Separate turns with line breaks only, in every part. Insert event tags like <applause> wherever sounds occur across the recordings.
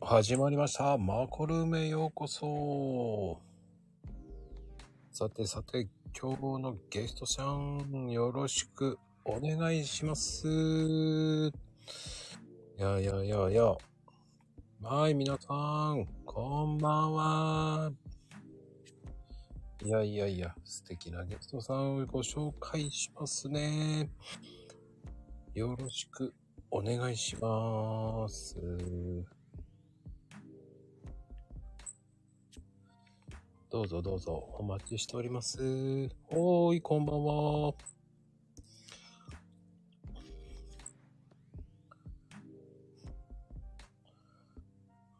始まりました。マコルームへようこそ。さてさて、今日のゲストさん、よろしくお願いします。いやいやいやいや。はい、皆さん、こんばんは。いやいやいや、素敵なゲストさんをご紹介しますね。よろしくお願いします。どうぞどうぞお待ちしております。おーい、こんばんは。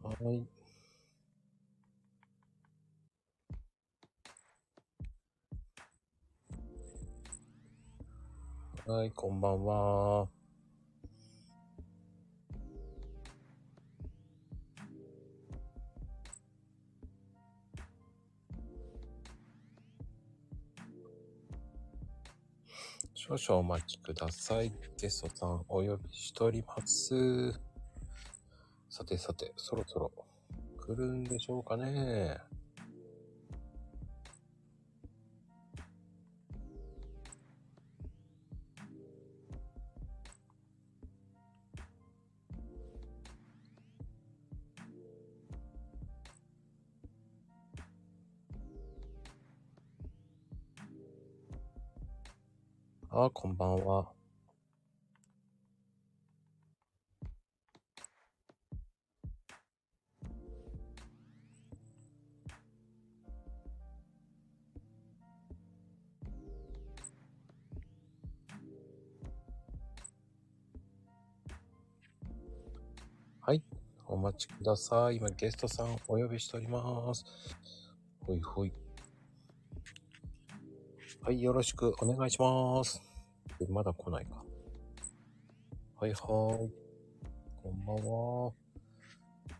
はい。はい、こんばんは。少々お待ちください。ゲストさんお呼びしております。さてさて、そろそろ来るんでしょうかね。あ、こんばんは。はい。お待ちください。今、ゲストさんお呼びしております。ほいほい。はい、よろしくお願いします。えまだ来ないか。はいはーい。こんばんは。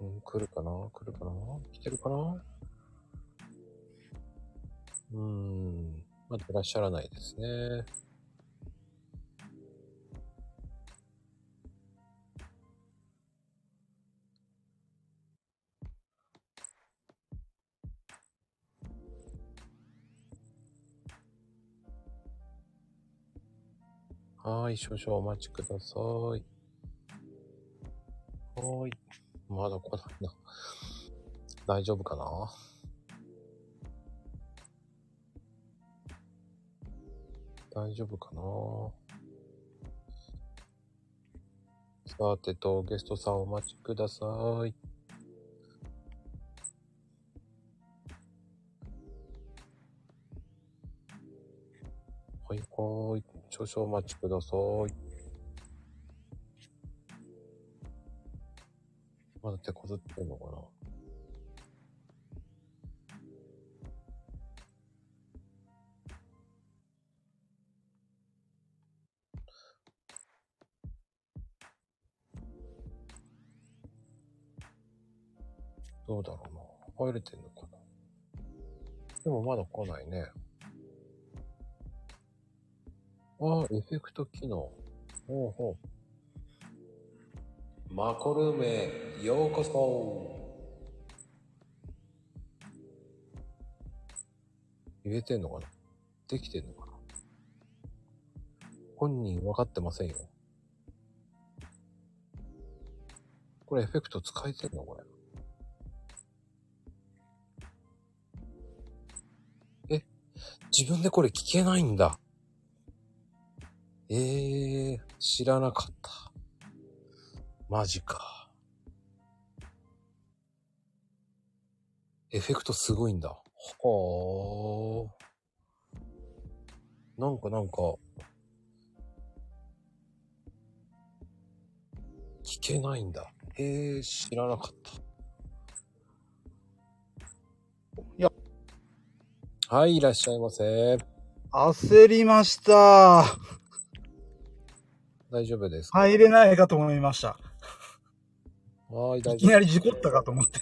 うん、来るかな来るかな来てるかなうーん、まだいらっしゃらないですね。はーい、少々お待ちください。はーい。まだ来ないな。大丈夫かな大丈夫かなさてと、ゲストさんお待ちください。はいはーい。少々お待ちください。まだ手こずってんのかなどうだろうな。入れてんのかなでもまだ来ないね。ああ、エフェクト機能。ほうほう。マコルームへようこそ。言えてんのかなできてんのかな本人分かってませんよ。これエフェクト使えてんのこれ。え、自分でこれ聞けないんだ。ええー、知らなかった。マジか。エフェクトすごいんだ。はあ。なんかなんか、聞けないんだ。ええー、知らなかった。いや。はい、いらっしゃいませ。
焦りました。
大丈夫ですか
入れないかと思いました。
はい、大
い
丈
き
夫。
なり事故ったかと思って。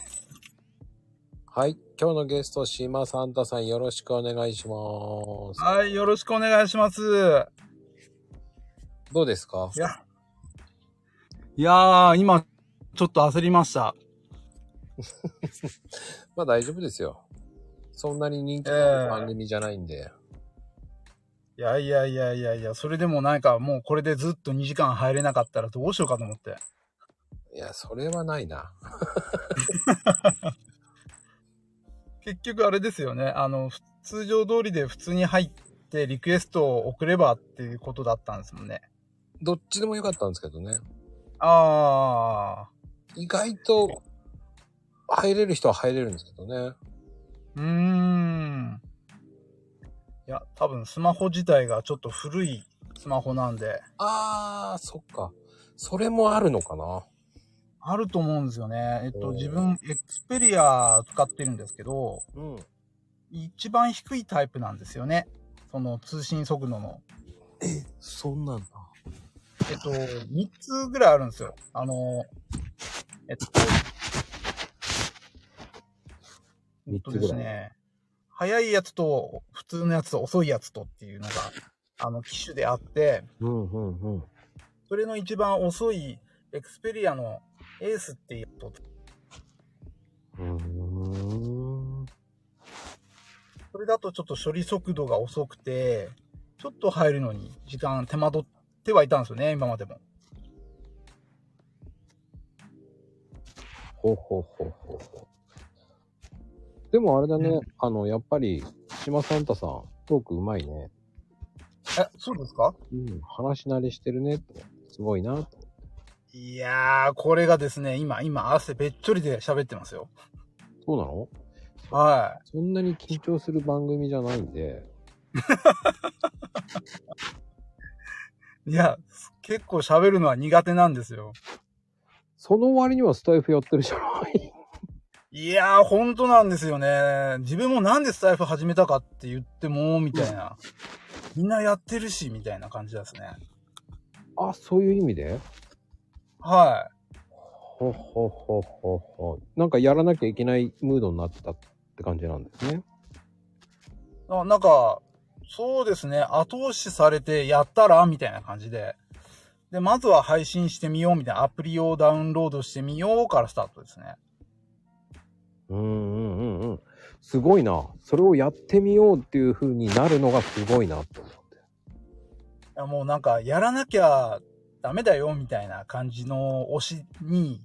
はい、今日のゲスト、島サンタさん、よろしくお願いします。
はい、よろしくお願いします。
どうですか
いや。いやー、今、ちょっと焦りました。
まあ大丈夫ですよ。そんなに人気のある番組じゃないんで。
いやいやいやいやいや、それでもなんかもうこれでずっと2時間入れなかったらどうしようかと思って。
いや、それはないな。
結局あれですよね。あの、ふ通常通りで普通に入ってリクエストを送ればっていうことだったんですもんね。
どっちでもよかったんですけどね。
あ
意外と、入れる人は入れるんですけどね。
ー、うーん。いや、多分スマホ自体がちょっと古いスマホなんで、
あー、そっか。それもあるのかな。
あると思うんですよね。えっ
お
と、
ー
自分、エクスペリア使ってるんですけど、
うん。
一番低いタイプなんですよね。その通信速度の。
そんなんだ。
えっと、3つぐらいあるんですよ。あの、えっと、
3
と
つ
です
ぐらい。
ね、早いやつと、普通のやつと遅いやつとっていうのが、あの、機種であって、
うんうんうん。
それの一番遅い、エクスペリアのエースっていうと、
うーん。
それだとちょっと処理速度が遅くて、ちょっと入るのに時間手間取ってはいたんですよね、今までも。
ほうほうほうほうほう。でもあれだね、
うん
あの、やっぱり、島サンタさん、トークうまいね。
え、そうですか
うん、話慣れしてるねって。すごいなと。
いやー、これがですね、今、今、汗べっちょりで喋ってますよ。
そうなの
は
そんなに緊張する番組じゃないんで、
い。いや、結構喋るのは苦手なんですよ。
その割にはスタイフやってるじゃない。 <laughs>
いやー、ほんとなんですよね。自分もなんでスタイフ始めたかって言っても、みたいな。みんなやってるし、みたいな感じですね。
あ、そういう意味で
は
ほほほほほ。なんかやらなきゃいけないムードになってたって感じなんですね。
い。ななんか、そうですね、後押しされてやったら、みたいな感じで。で、まずは配信してみよう、みたいな。アプリをダウンロードしてみようからスタートですね。
うんうんうんうん。すごいな。それをやってみようっていう風になるのがすごいなと思って。
いやもうなんかやらなきゃダメだよみたいな感じの推しに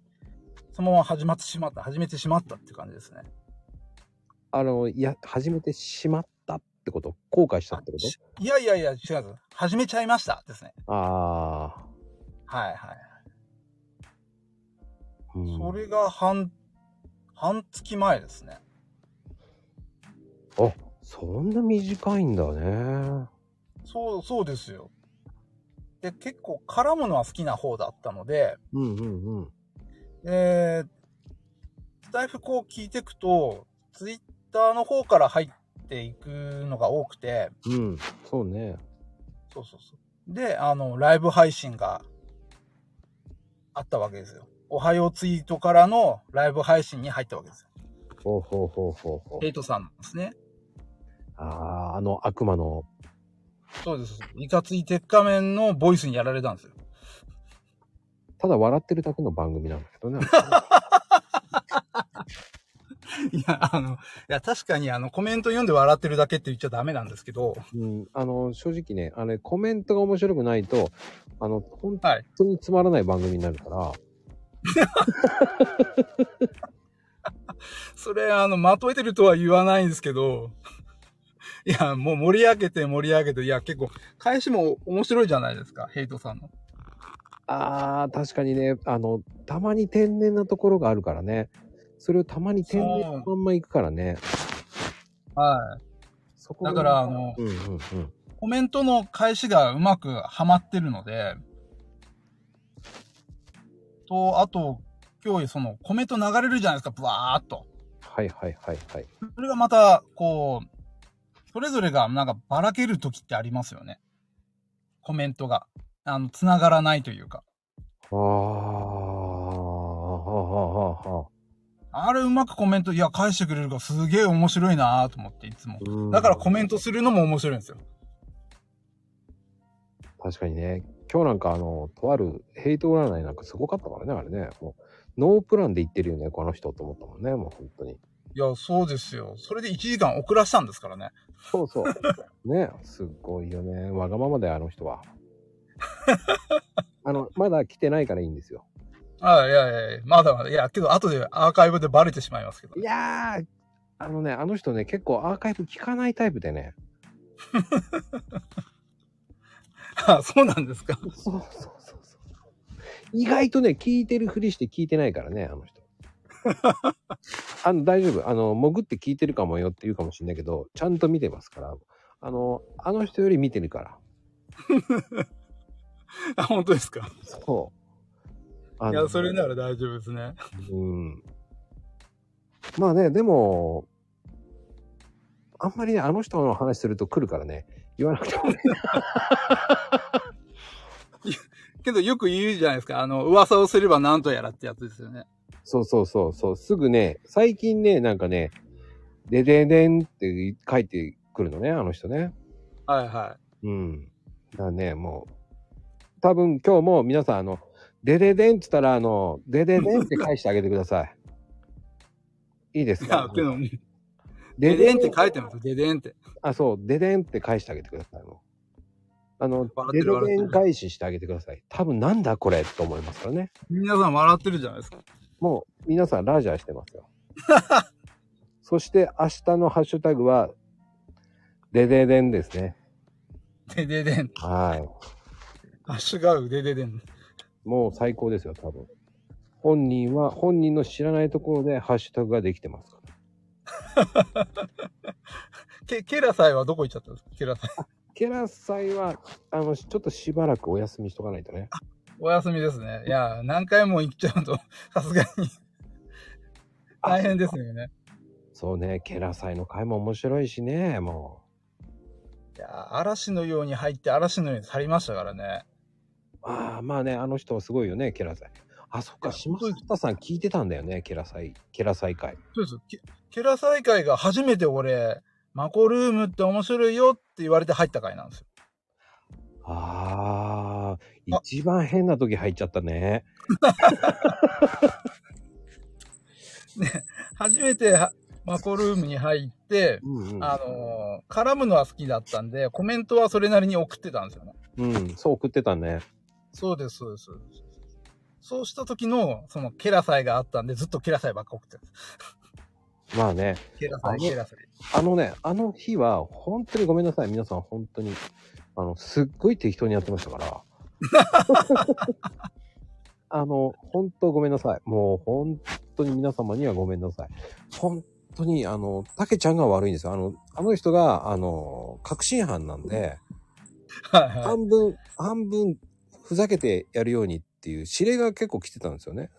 そのまま始まってしまった始めてしまったっていう感じですね
あの、いや、始めてしまったってこと後悔したってこ
しいやいやいや違うぞ始めちゃいましたですね
とああ。
はいはい、
うん
それが半半月前ですね
あ、そんな短いんだね。
そうそうですよで結構絡むのは好きな方だったので
うんうんうん。
えー、スタイフこう聞いていくとツイッターの方から入っていくのが多くて
うん、そうね。
そうそうそう。で、あの、ライブ配信があったわけですよ。おはようツイートからのライブ配信に入ったわけですよ。
ほうほうほうほうほう
ヘ。イトさんなんですね。
ああ、あの悪魔の。
そうです。いかつい鉄仮面のボイスにやられたんですよ。
ただ笑ってるだけの番組なんだけど <laughs> ね。
いや、あの、いや、確かにあの、コメント読んで笑ってるだけって言っちゃダメなんですけど、
うん、あの、正直ね、あれ、コメントが面白くないと、あの、本
はい。
当につまらない番組になるから、
それ、あの、まとえてるとは言わないんですけど、 <laughs> いや、もう盛り上げて盛り上げて、いや、結構、返しも面白いじゃないですか、ヘイトさんの。
ああ、確かにね、あの、たまに天然なところがあるからね、それをたまに天然のまんま行くからね、
は
そ
い。
こが
だから、あの、
うんうんうん。
コメントの返しがうまくはまってるので、と、あと、今日そのコメント流れるじゃないですか、ブワーっと。
はいはいはいはい。
それがまた、こう、それぞれがなんかばらける時ってありますよね。コメントが。あの、繋がらないというか。
ああ、はあはあはあ。
あれうまくコメント、いや、返してくれるからすげえ面白いなーと思って、いつも。
うん
だからコメントするのも面白いんですよ。
確かにね、今日なんかあの、とあるヘイト占いなんかすごかったからね、あれね。もう、ノープランで言ってるよね、この人と思ったもんね、もう本当に。
いや、そうですよ。それで1時間遅らしたんですからね。
そうそう。 <laughs> ね、すごいよね。わがままであの人は。 <laughs> あの、まだ来てないからいいんですよ。
あいやいやいや、まだまだ。いや、けど後でアーカイブでバレてしまいますけど
い。やー、あのね、あの人ね、結構アーカイブ聞かないタイプでね。
あそうなんですか。
<laughs> そうそうそうそう。意外とね、聞いてるふりして聞いてないからね、あの
<laughs>
人。あの、大丈夫。あの、潜って聞いてるかもよって言うかもしれないけど、ちゃんと見てますから。あの、あの人より見てるから。
あ、本当ですか。
そう。あ
い
の
や、それなら大丈夫ですね。
うん。まあね、でも、あんまりね、あの人の話すると来るからね、言わなくてもね。
けどよく言うじゃないですか。あの、噂をすればなんとやらってやつですよね。
そうそうそうそう、すぐね、最近ね、なんかね、でででんって書いてくるのね、あの人ね。
はいは
うん。だからね、もう、多分今日も皆さん、あの、でででんって言ったら、あの、でででんって返してあげてください。いいです
い。いや
か、
けど、ででんって書いてます。ででんって。
あ、そう、ででんって返してあげてください。もうあの
笑、って
で
る笑って
で
る
ん返ししてあげてください。多分なんだこれと思いますからね。
皆さん笑ってるじゃないですか。
もう皆さんラジャーしてますよ。そして明日のハッシュタグは、でででんですね。
でででん。
はい。
ハッシュタグでででん。
もう最高ですよ、多分。本人は、本人の知らないところでハッシュタグができてますから。
け、ケラさえはどこ行っちゃったんですかケラさん。
ケラサイは、あの、ちょっとしばらくお休みしとかないとね。
お休みですね。いや、何回も行っちゃうと、 <laughs> さすがに。大変ですよね。
そうね、ケラサイの回も面白いしね、も
いや、嵐のように入って、嵐のように去りましたからね。
う。ああ、まあね、あの人はすごいよね、ケラサイ。あ、そっか、島下さん聞いてたんだよね、ケラサイ、ケラサイ回。
そうです。ケケラ再会が初めて俺、マコルームって面白いよって言われて入った回なんですよ。
ああ、一番変な時入っちゃったね。
初めてはマコルームに入って、
うんうん。
あのー絡むのは好きだったんで、コメントはそれなりに送ってたんですよね。
うん、そう送ってたね。
そうです、そうです。そうですそうした時の、その、ケラ祭があったんで、ずっとケラ祭ばっか送ってたんです。
まあね、
ケラ
あ
祭、
の
ケラ祭。
あのね、あの日は本当にごめんなさい、皆さん本当に。あの、すっごい適当にやってました
<laughs>
から。あの、本当ごめんなさい。もう本当に皆様にはごめんなさい。本当に、あの、たけちゃんが悪いんですよ。あの、あの人が、あの、確信犯なんで、
はいはい。
半分、半分、ふざけてやるようにっていう指令が結構来てたんですよね。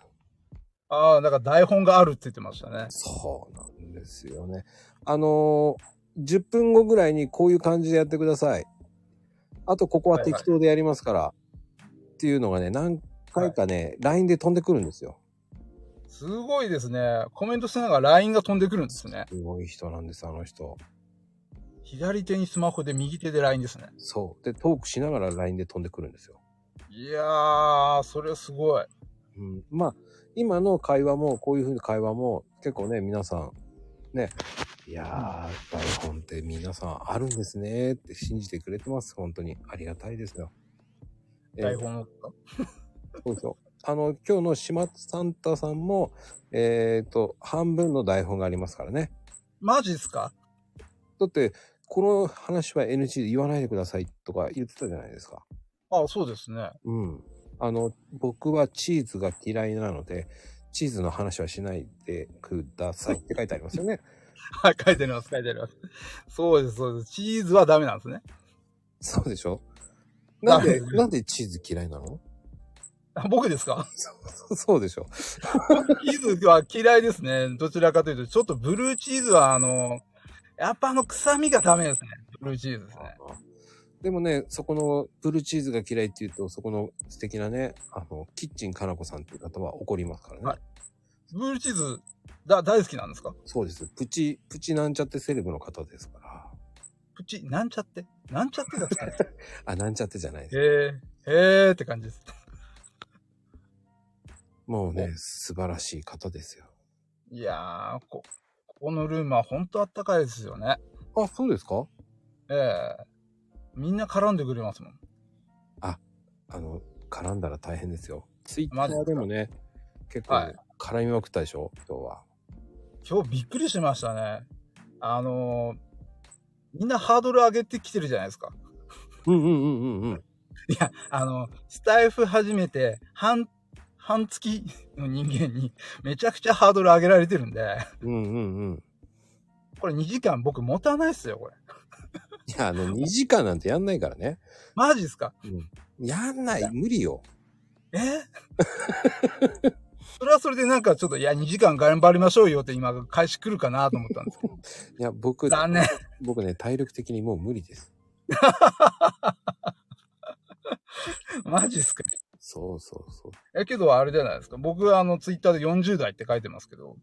ああ、だから台本があるって言ってましたね。
そうなんですよね。あのー10分後ぐらいにこういう感じでやってください。あと、ここは
はいはい
適当でやりますから。っていうのがね、何回かね、LINE で飛んでくるんですよ。
すごいですね。コメントしながら LINE が飛んでくるんですね。
すごい人なんです、あの人。
左手にスマホで右手で LINE ですね。
そう。で、トークしながら LINE で飛んでくるんですよ。
いやー、それすごい。
うん、まあ、今の会話も、こういうふうな会話も、結構ね、皆さん、ね、いやー、台本って皆さんあるんですねって信じてくれてます。本当に。ありがたいですよ。えー
台本の。
そうそう。あの、今日の島サンタさんも、えっ、と、半分の台本がありますからね。
マジっすか
だって、この話は NG で言わないでくださいとか言ってたじゃないですか。
あそうですね。
うん。あの、僕はチーズが嫌いなので、チーズの話はしないでくださいって書いてあります <laughs> よね。
はい、書いてあります、書いてあります。そうです、そうです。チーズはダメなんですね。
そうでしょなんで、
ダメ
なんでチーズ嫌いなの <laughs>
あ僕ですか
そうそうでしょ
チーズは嫌いですね。どちらかというと、ちょっとブルーチーズは、あの、やっぱあの臭みがダメですね。ブルーチーズですね。
でもね、そこのブルーチーズが嫌いって言うと、そこの素敵なね、あの、キッチンかなこさんっていう方は怒りますからね。
はいブルーチーズ、だ、大好きなんですか
そうです。プチ、プチなんちゃってセレブの方ですから。
プチ、なんちゃって。なんちゃってだったんです
あ、なんちゃってじゃないです。
ええええって感じです。
もうね、素晴らしい方ですよ。
いやー、こ、ここのルームはほんとあったかいですよね。
あ、そうですか
ええみんな絡んでくれますもん。
あの、絡んだら大変ですよ。ツイッタ
マジです
ー
か
でもね、結
は
構
い
絡みまくったでしょ、今日は。
今日びっくりしましたね。あのーみんなハードル上げてきてるじゃないですか。
うんうんうんうんうん。
いや、あの、スタイフ始めて、半、半月の人間に、めちゃくちゃハードル上げられてるんで、
うんうんうん。
これ2時間僕持たないっすよ、これ。
いや、あの、2時間なんてやんないからね。
マジっすか
やんない、無理よ。
え <laughs> それはそれでなんかちょっと、いや、2時間頑張りましょうよって今、開始来るかなと思ったんですけど。
いや、僕、
残念。
僕ね、体力的にもう無理です。
<laughs> マジっすか
そうそうそう。
え、けどあれじゃないですか。僕はあの、ツイッターで40代って書いてますけど、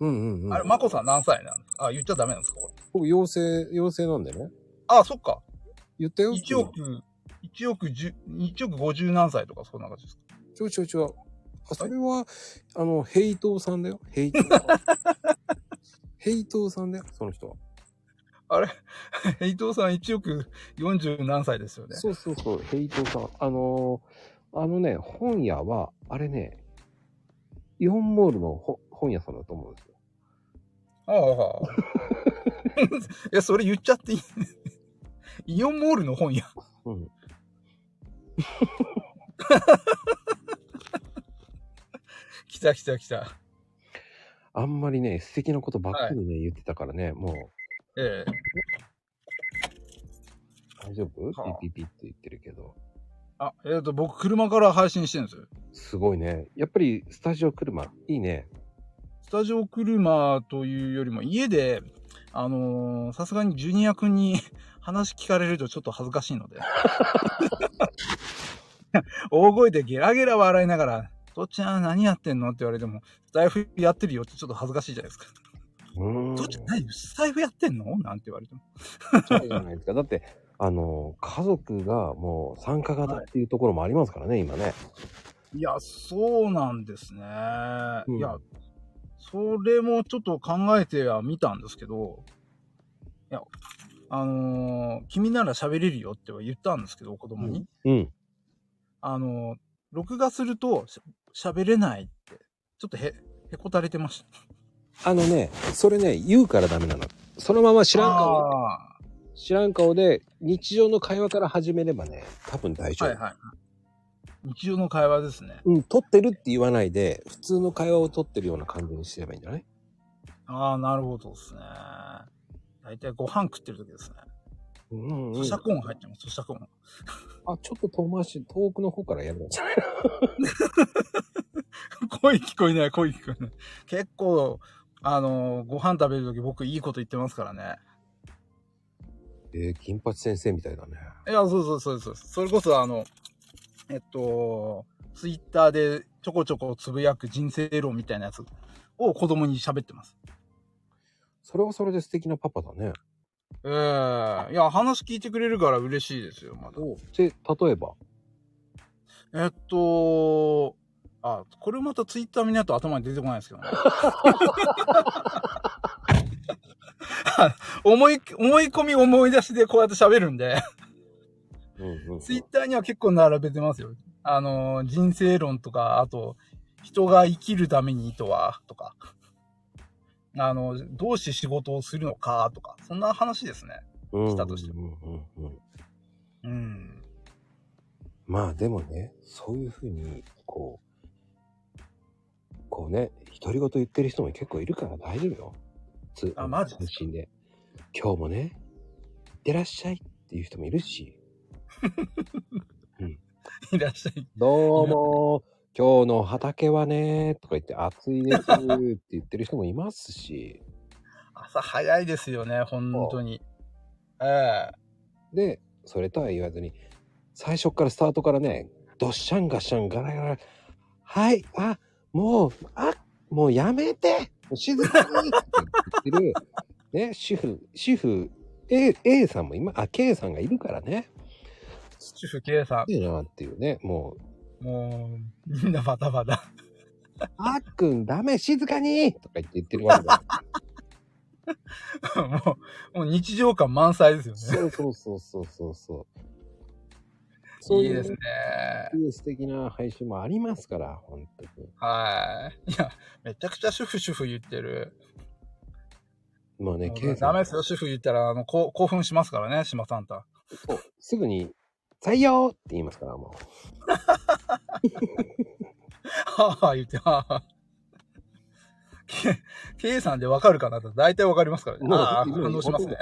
うんうんうん。
あれ、マコさん何歳なんですかあ、言っちゃダメなんですかこれ。
僕、陽性、陽性なんでね。
あ、そっか。
言ったよ。
1億、1億10、1億50何歳とかそんな感じですか <laughs>
ちょちょちょ。あ、それは、あの、ヘイトーさんだよ。ヘイトー。 <laughs> ヘイトーさんだよ、その人は。
あれ伊藤さん1億40何歳ですよね。
そうそうそう、ヘイトーさん。あのーあのね、本屋は、あれね、イオンモールのほ本屋さんだと思うんですよ。
ああ。 <laughs> いや、それ言っちゃっていい <laughs> イオンモールの本や。
うん。
来た来た来た。
あんまりね、素敵なことばっかりね、言ってたからね、もう、
ええ
大丈夫、
はあ
ピピピって言ってるけど。
あ、えっ、と、僕、車から配信してるんですよ。
すごいね。やっぱり、スタジオ車、いいね。
スタジオ車というよりも、家で、あのーさすがにジュニア君に <laughs> 話聞かれるとちょっと恥ずかしいので。 <laughs> 大声でゲラゲラ笑いながら、とっちゃん何やってんのって言われても、スタイフやってるよってちょっと恥ずかしいじゃないですか。
うーん。
どっち、何スタイフやってんのなんて言われても。
そうじゃないですか。だって、あの、家族がもう参加型っていうところもありますからね、今ね。
いや、そうなんですね。
うん
いや、それもちょっと考えてはみたんですけど、いや、あのー君なら喋れるよっては言ったんですけど、子供に。
うん。
あのー録画するとし喋れないって、ちょっとへ、へこたれてました。
あのね、それね、言うからダメなの。そのまま知らん顔、
あ
知らん顔で、日常の会話から始めればね、多分大
ー
丈夫。
はいはい。日常の会話ですね。
うん、撮ってるって言わないで、普通の会話を撮ってるような感じにすればいいんじゃない
ああ、なるほどですね。大体ご飯食ってる時ですね。
うん、うん。
咀
あ、
嚼音入ってます、咀嚼音。
ちょっと遠回し、遠くの方からやるんじゃない
<laughs> 声聞こえない、声聞こえない。結構、あのーご飯食べるとき僕いいこと言ってますからね。
えー、金八先生みたいだね。
いや、そうそうそうそう。それこそあの、えっと、ツイッターでちょこちょこつぶやく人生論みたいなやつを子供に喋ってます。
それはそれで素敵なパパだね。
ええいや、話聞いてくれるから嬉しいですよ、まだ。
で、例えば。
えっと、あ、これまたツイッター見ないと頭に出てこないですけどね。思い、思い込み思い出しでこうやって喋るんで。
うんうんうん
ツイッターには結構並べてますよ。あのー、人生論とか、あと、人が生きるためにとは、とか。あの、どうして仕事をするのか、とか。そんな話ですね。
うん
したとして
うんうんうんうん
うん。
まあでもね、そういうふうに、こう、こうね、独り言言ってる人も結構いるから大丈夫よ。つ
あマジですか
配信で。今日もね、いってらっしゃいっていう人もいるし、
いらっしゃい。
どうも、今日の畑はね、とか言って暑いですって言ってる人もいますし、
朝早いですよね、本当に。ええ
で、それとは言わずに、最初からスタートからね、どっしゃんがっしゃんガラガラ、はい、あ、もう、あ、も <laughs> うやめて、もう静かにって言ってる、ね、主婦、主婦 A、A さんも今、あ、K さんがいるからね。
主婦 K さ
いいなっていうね。もう、
ん、もう、みんなバタバタ。 <laughs>
あっくんダメ、静かにとか言って言ってるわけ
<laughs>
だ。
もう、もう日常感満載ですよね。
そうそうそうそうそうそう。そう
い
い
いうですね。
素敵な配信もありますから、本当に。
はい。いや、めちゃくちゃ主婦主婦言ってる。
まあね、
もう
K さん。
ダメですよ、主婦言ったら、あの、こう興奮しますからね、島サンタ。
そうすぐに、採用って言いますから、もう。
はぁはぁ言って、はぁはぁ。K- K さんでわかるかなと、大体わかりますからね。
もう
ああ、
今
反応しますね。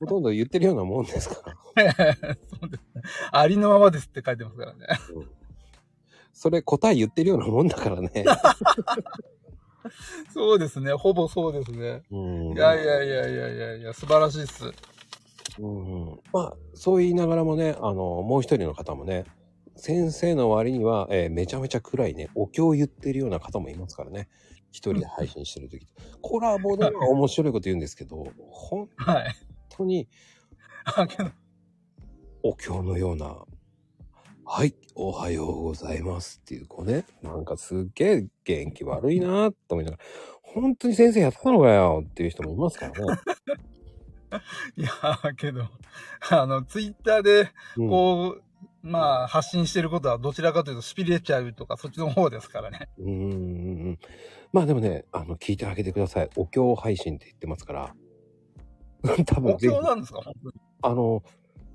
ほとんど <laughs> 言ってるようなもんですから。
そうですね。ありのままですって書いてますからね。
うんそれ答え言ってるようなもんだから
<laughs>
ね。
そうですね。ほぼそうですね。
うん
いやいやいやいやいやいや、素晴らしいっす。
うんうんまあそう言いながらもねあのもう一人の方もね先生の割には、えーめちゃめちゃ暗いねお経を言ってるような方もいますからね一人で配信してる時
<laughs>
コラボでは面白いこと言うんですけど本
はい。
当に
あけど
お経のような「はいおはようございます」っていうこうねなんかすっげえ元気悪いなと思いながら本当に先生やってたのかよっていう人もいますからね。
いやーけど、あの、ツイッターで、
うん
こう、まあ、発信してることはどちらかというと、スピリチュアルとか、そっちの方ですからね。
うーん。まあでもね、あの、聞いてあげてください。お経配信って言ってますから。 <laughs> 多分
目
ぜひ
標、なんですか、本当に。
あの、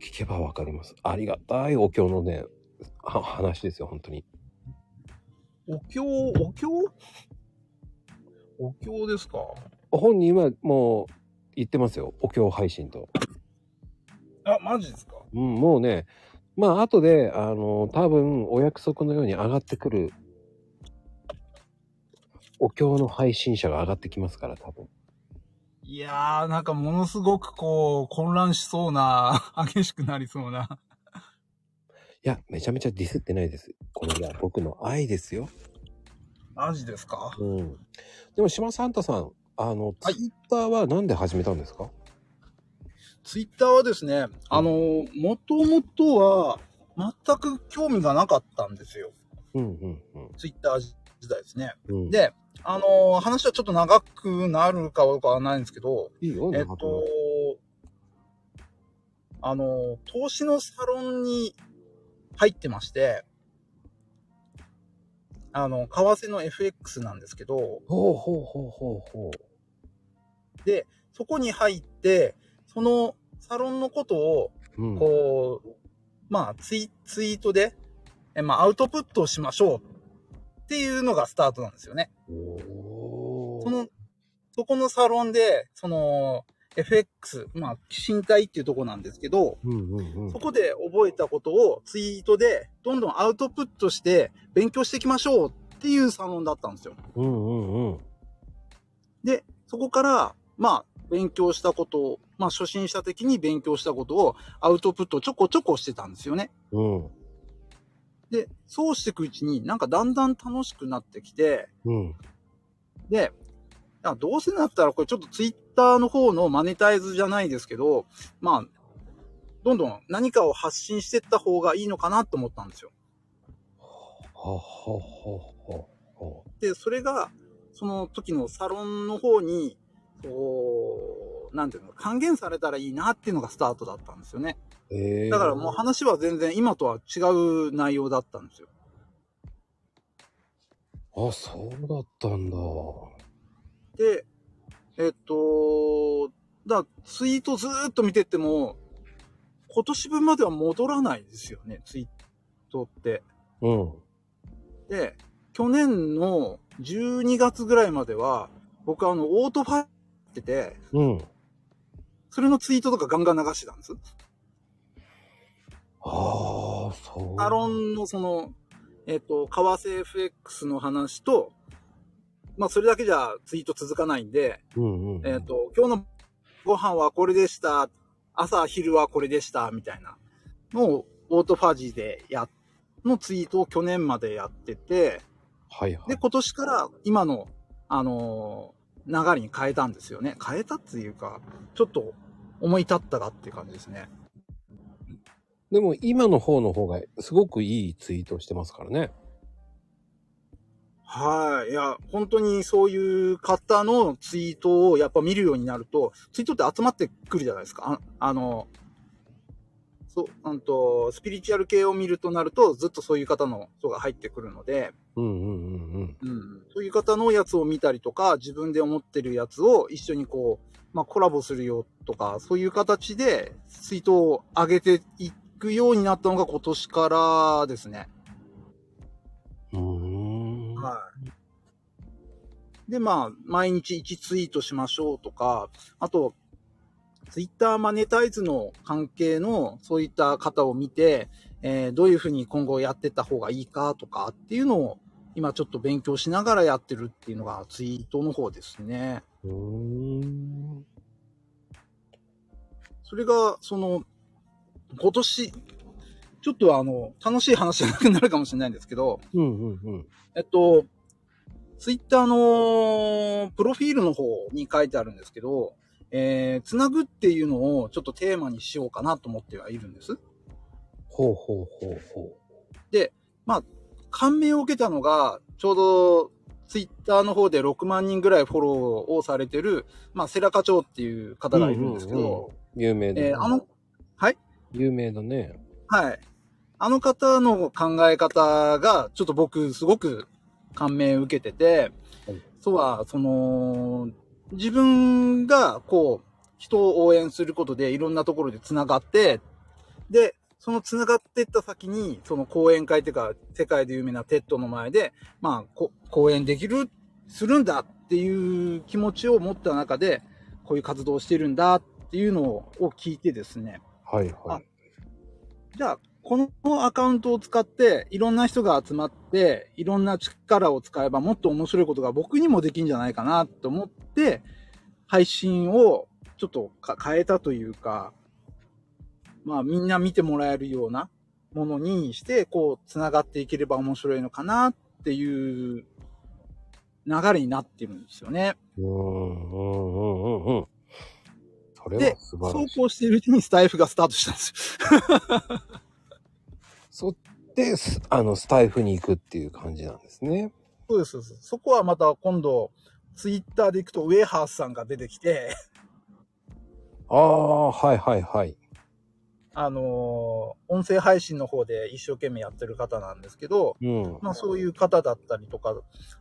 聞けばわかります。ありがたいお経のね、は話ですよ、本当に。
お経、お経お経ですか
本人はもう言ってますよ。お経配信と。
あ、マジですか
うん、もうね、まあ後で、あの、多分お約束のように上がってくる、お経の配信者が上がってきますから、多分。
いやー、なんかものすごくこう、混乱しそうな、 <laughs> 激しくなりそうな。
いや、めちゃめちゃディスってないです。これが僕の愛ですよ。
マジですか
うん。でも島サンタさん、あの、
は
ツ
い
イッターはなんで始めたんですか、
ツイッターはですね、あのー、もともとは、全く興味がなかったんですよ。
うんうんうん
ツイッター時代ですね。
うん。
で、あのー話はちょっと長くなるかどうかはないんですけど、
いいよ、
え
長
っ
くな
と
って、
あのー投資のサロンに入ってまして、あの、為替の FX なんですけど、
ほうほうほうほうほう。
そこに入って、そのサロンのことを、
うん、
こう、まあツイ、ツイートで、えまあ、アウトプットをしましょうっていうのがスタートなんですよね。
おー
その、そこのサロンで、その、FX、まあ、身体っていうとこなんですけど、
うんうんうん
そこで覚えたことをツイートでどんどんアウトプットして勉強していきましょうっていうサロンだったんですよ。
うんうんうん。
で、そこから、まあ、勉強したことを、まあ、初心者的に勉強したことをアウトプットちょこちょこしてたんですよね。
うん
で、そうしていくうちになんかだんだん楽しくなってきて、
うん
で、あどうせなったらこれちょっとツイッターの方のマネタイズじゃないですけど、まあ、どんどん何かを発信していった方がいいのかなと思ったんですよ。
ははははは。
で、それが、その時のサロンの方に、こう、なんていうの、還元されたらいいなっていうのがスタートだったんですよね。
えー、
だからもう話は全然今とは違う内容だったんですよ。
あ、そうだったんだ。
で、えっと、だからツイートずーっと見てっても、今年分までは戻らないですよね、ツイートって。
うん。
で、去年の12月ぐらいまでは、僕はあの、オートファイルってて、
うん。
それのツイートとかガンガン流してたんです。
ああ、そう。
サロンのその、えっ、と、為替 FX の話と、まあ、それだけじゃツイート続かないんで、
うんうん。
えっ、と、今日のご飯はこれでした、朝、昼はこれでした、みたいなのをオートファジーでや、のツイートを去年までやってて、
はいはい。
で、今年から今の、あのー流れに変えたんですよね。変えたっていうか、ちょっと思い立ったらっていう感じですね。
でも今の方の方がすごくいいツイートしてますからね。
はい。いや、本当にそういう方のツイートをやっぱ見るようになると、ツイートって集まってくるじゃないですか。ああの、そう、うんと、スピリチュアル系を見るとなると、ずっとそういう方の人が入ってくるので、
うんうんうんうん。
うん、そういう方のやつを見たりとか、自分で思ってるやつを一緒にこう、まあコラボするよとか、そういう形でツイートを上げていくようになったのが今年からですね。
うーん。
はい。で、まあ、毎日1ツイートしましょうとか、あと、ツイッターマネタイズの関係のそういった方を見て、えーどういうふうに今後やってった方がいいかとかっていうのを今ちょっと勉強しながらやってるっていうのがツイートの方ですね。
うーん。
それが、その、今年、ちょっとあの、楽しい話じゃなくなるかもしれないんですけど、
うんうんうん。
えっと、ツイッターのプロフィールの方に書いてあるんですけど、えー、つなぐっていうのをちょっとテーマにしようかなと思ってはいるんです。
ほうほうほうほ
感銘を受けたのが、ちょうどツイッターの方で6万人ぐらいフォローをされてる、まあ、セラ課長っていう
う。
方がいるんですけど、
うううん有名だ、ね
えーあの、はい
有名だね。
はい。あの方の考え方が、ちょっと僕、すごく感銘を受けてて
はい、
そうは、その、自分が、こう、人を応援することで、いろんなところで繋がって、で、その繋がってった先に、その講演会っていうか、世界で有名なテッドの前で、まあ、こ講演できる、するんだっていう気持ちを持った中で、こういう活動をしてるんだっていうのを聞いてですね、
はいはい。
じゃあ、このアカウントを使って、いろんな人が集まって、いろんな力を使えばもっと面白いことが僕にもできるんじゃないかなと思って、配信をちょっとか変えたというか、まあみんな見てもらえるようなものにして、こう、繋がっていければ面白いのかなっていう流れになってるんですよね。
うんうんうんうんうん。それ
で
は、素晴
そう
らしい。
こうしているうちにスタイフがスタートしたんですよ。
そって、すあの、スタイフに行くっていう感じなんですね。
そうです、そうです。そこはまた今度、ツイッターで行くと、ウェハースさんが出てきて、
ああ、はいはいはい。
あのー音声配信の方で一生懸命やってる方なんですけど、
うん。
まあそういう方だったりとか、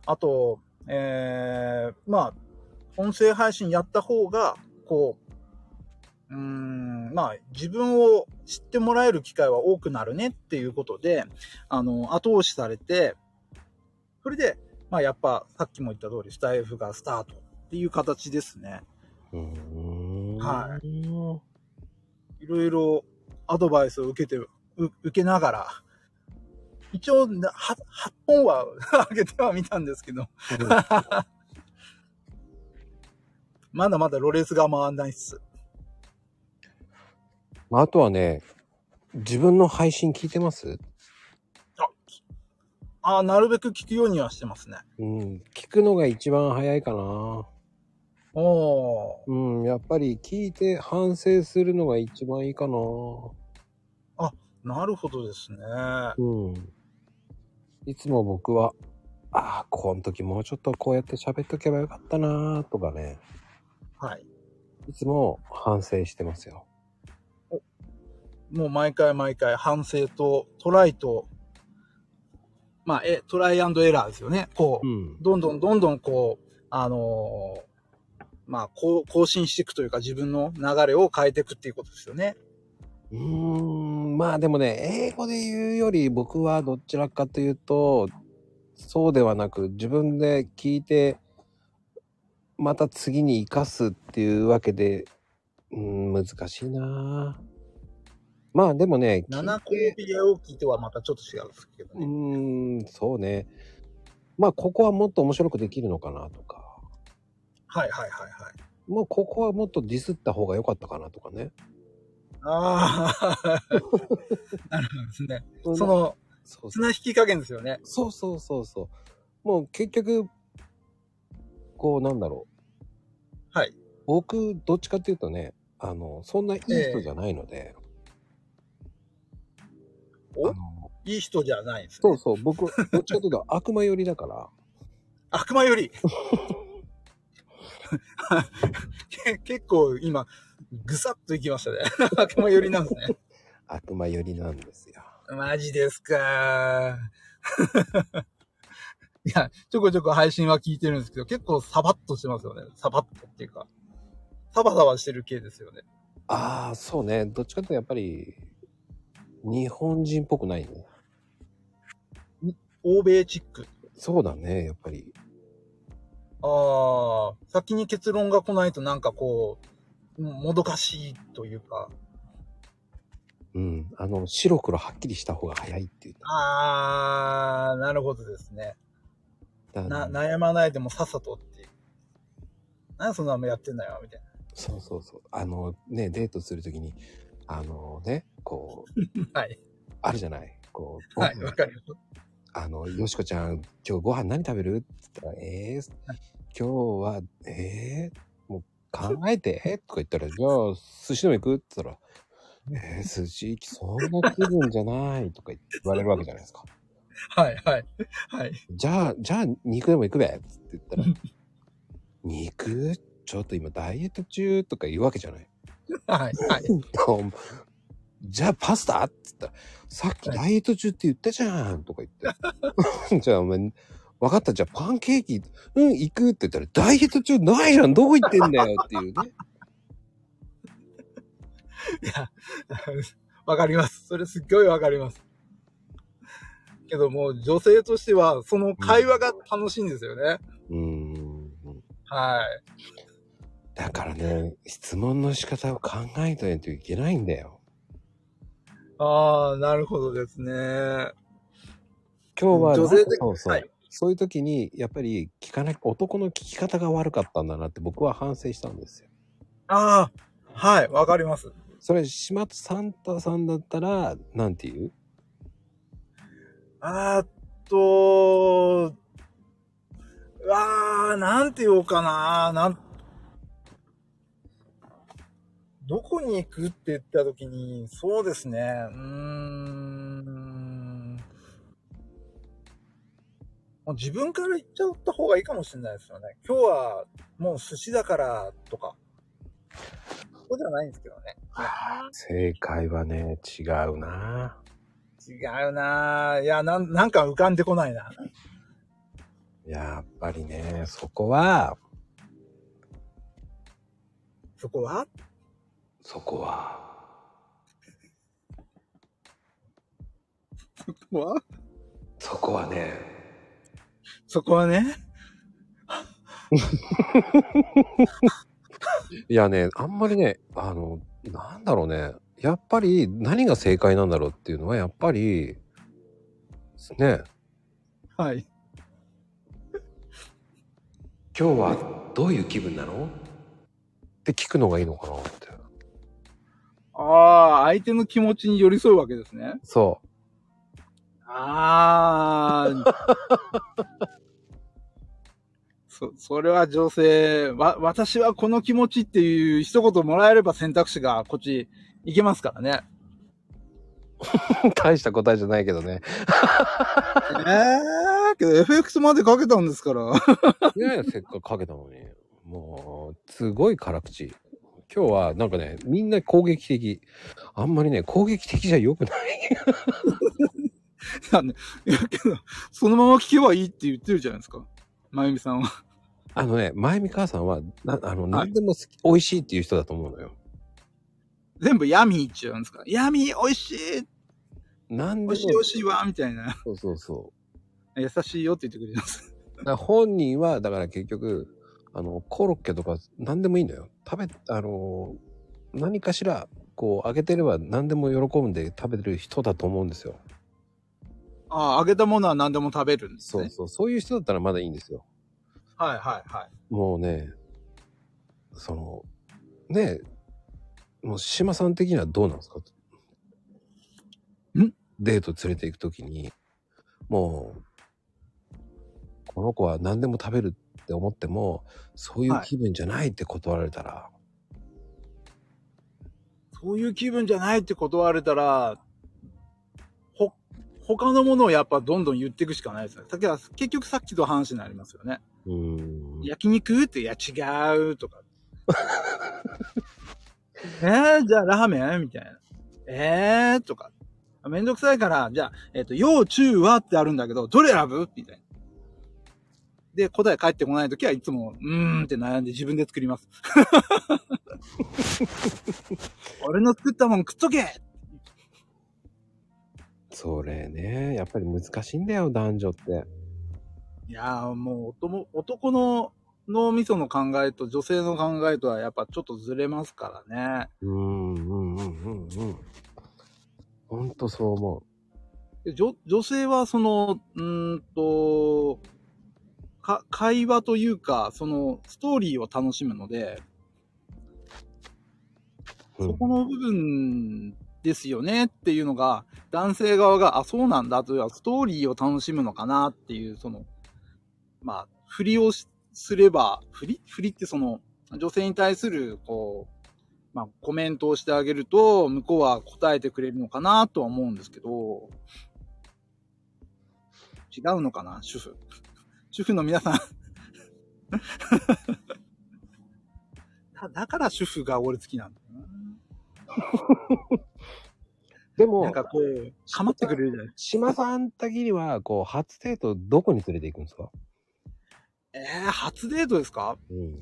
あと、えー、まあ、音声配信やった方が、こう、うーん、まあ自分を知ってもらえる機会は多くなるねっていうことで、あの、後押しされて、それで、まあやっぱさっきも言った通り、スタイフがスタートっていう形ですね。
うーん。。
はいいろいろアドバイスを受けて、う受けながら、一応な、は8本は <laughs> 上げてはみたんですけど、まだまだロレスが回んないっす。
まあ、あとはね、自分の配信聞いてます
ああ、なるべく聞くようにはしてますね。
うん。聞くのが一番早いかな。
おおー。
うん。やっぱり聞いて反省するのが一番いいかな。
なるほどですね。
うん。いつも僕は、ああ、この時もうちょっとこうやって喋っとけばよかったなーとかね、
はい。
いつも反省してますよ。
もう毎回毎回反省とトライと、まあ、え、トライアンドエラーですよね。こう、
ん。
どんどんどんどんこう、あのーまあ、こう、更新していくというか自分の流れを変えていくっていうことですよね。
うーん、まあでもね、英語で言うより僕はどちらかというと、そうではなく自分で聞いて、また次に生かすっていうわけで、うん、難しいなーまあでもね、聞い
7コ
て
ービアを聞いてはまたちょっと違うんですけど
う
ね。
ーん、そうね。まあ、ここはもっと面白くできるのかなとか、
はいはいはいはい。
もうここはもっとディスった方が良かったかなとかね。
あ <laughs> あ、なるほどですね。
そ
その、
そう
綱引き加減ですよね。
そうそうそうそう。もう結局、こうなんだろう。
はい。
僕、どっちかっていうとね、あの、そんないい人じゃないので。
お
あの
いい人じゃないです、
そうそう、僕、どっちかという <laughs> と悪魔寄りだから。
悪魔よ <laughs> りけ結構今、ぐさっといきましたね。 <laughs> 悪魔よりなんですね。
悪魔寄りなんですよ。
<laughs> マジですか。 <laughs> いや、ちょこちょこ配信は聞いてるんですけど、結構サバッとしてますよね。サバッとっていうか、サバサバしてる系ですよね。
ああ、そうね。どっちかというとやっぱり、日本人っぽくないね。
欧米チック。
そうだね、やっぱり。
ああ、先に結論が来ないとなんかこう、うんもどかしいというか、
うん。あの、白黒はっきりした方が早いって言っ
ああ、なるほどですね。
た。
な、悩まないでもさっさとっていう。なんでそんなのやってんだよ、みたい
そうそうそう。あのね、デートするときに、あのね、こう、
な。 <laughs> はい。
あるじゃない。こう、
はい、
ご飯
わかります。
あの、よしこちゃん、今日ご飯何食べるって言ったら、えー、今日は、えー、もう考えて、とか言ったら、じゃあ、寿司でも行くって言ったら、えー、寿司行き、そんな気分じゃない、とか言って言われるわけじゃないですか。
はい、はい。はい。
じゃあ、じゃあ、肉でも行くべって言ったら、肉ちょっと今ダイエット中とか言うわけじゃない。
はい、はい。 <laughs>
じゃあパスタって言ったら、さっきダイエット中って言ったじゃんとか言って。 <laughs> じゃあお前、分かった、じゃあパンケーキ、うん、行くって言ったら、ダイエット中ないじゃん、どこ行ってんだよっていう
<laughs>
ね。
いや、わかります。それすっごいわかります。けどもう女性としては、その会話が楽しいんですよね。
うーん。
はい。
だからね、質問の仕方を考えないといけないんだよ。
ああ、なるほどですね。は
今日は、
女性的
そうそう、
はい
そういう時に、やっぱり聞かなき男の聞き方が悪かったんだなって僕は反省したんですよ。
ああ、はい、わかります。
それ、島津サンタさんだったら、なんて言う
あーっと、うわあ、なんて言おうかな。なんどこに行くって言った時に、そうですね。うーん。もう自分から言っちゃった方がいいかもしれないですよね。今日はもう寿司だからとか。そうじゃないんですけどね。
正解はね、違うな
違うなぁ。いや、なん、なんか浮かんでこないな。
やっぱりね、そこは、
そこは
そこは、
そこは
そこはね、
そこはね。
いやね、あんまりね、あの、なんだろうね、やっぱり何が正解なんだろうっていうのは、やっぱり、ね、
はい。
今日はどういう気分なのって聞くのがいいのかなって。
ああ、相手の気持ちに寄り添うわけですね。
そ
ああ。 <laughs> そ、それは女性、わ、私はこの気持ちっていう一言もらえれば選択肢がこっちいけますからね。
う。大した答えじゃないけどね。
<laughs> ええけど FX までかけたんですから。
いやいや、せっかくかけたのに。もう、すごい辛口。今日はなんかね、みんな攻撃的。あんまりね、攻撃的じゃ良くない。
なんでいや、けど、そのまま聞けばいいって言ってるじゃないですか。まゆみさんは。
あのね、前見母さんは、なあの、
い
何でも好き、美味しいっていう人だと思うのよ。
全部ヤミーって言うんですかヤミー美味しい
何
美
でも。
味しい美味しいわみたいな。
そうそうそ
優しいよって言ってくれます。
う。だから本人は、だから結局、あの、コロッケとか何でもいいのよ。食べ、あの、何かしら、こう、あげてれば何でも喜んで食べてる人だと思うんですよ。
ああ、揚げたものは何でも食べるんです
そう
ね。
そう。そういう人だったらまだいいんですよ。
はいはいはい。
もうね、その、ねえ、もう島さん的にはどうなんですか
ん
デート連れて行くときに、もう、この子は何でも食べるって思っても、そういう
はい
気分じゃないって断られたら、
そういう気分じゃないって断れたら、ほ、他のものをやっぱどんどん言っていくしかないですね。だから結局さっきと話になりますよね。
うーん。
焼肉って、いや違うとか。 <laughs> えー、じゃあラーメンみたいな。えー、とか。めんどくさいから、じゃあ、えっ、と、要中はってあるんだけど、どれ選ぶみたいな。で、答え返ってこないときはいつも、うーんって悩んで自分で作ります。 <laughs> 俺の作ったもん食っとけ
それね、やっぱり難しいんだよ、男女って。
いやーもう男も男の脳みその考えと女性の考えとはやっぱちょっとずれますからね。
うーん、うん、うん、うん、うん。ほんとそう思
で女女性はその、うーんと、か、会話というか、そのストーリーを楽しむので、
う。うん
そこの部分ですよねっていうのが、男性側が、あ、そうなんだというのは、ストーリーを楽しむのかなっていう、その、まあ、振りをしすれば、振り振りってその、女性に対する、こう、まあ、コメントをしてあげると、向こうは答えてくれるのかなとは思うんですけど、違うのかな主婦。主婦の皆さん。 <laughs> だだから主婦が俺好きなんだよな。
でも、
なんかこう、かまってくれるじゃない
島さん的には、こう、初デートどこに連れて行くんですか
えー、初デートですか
うん。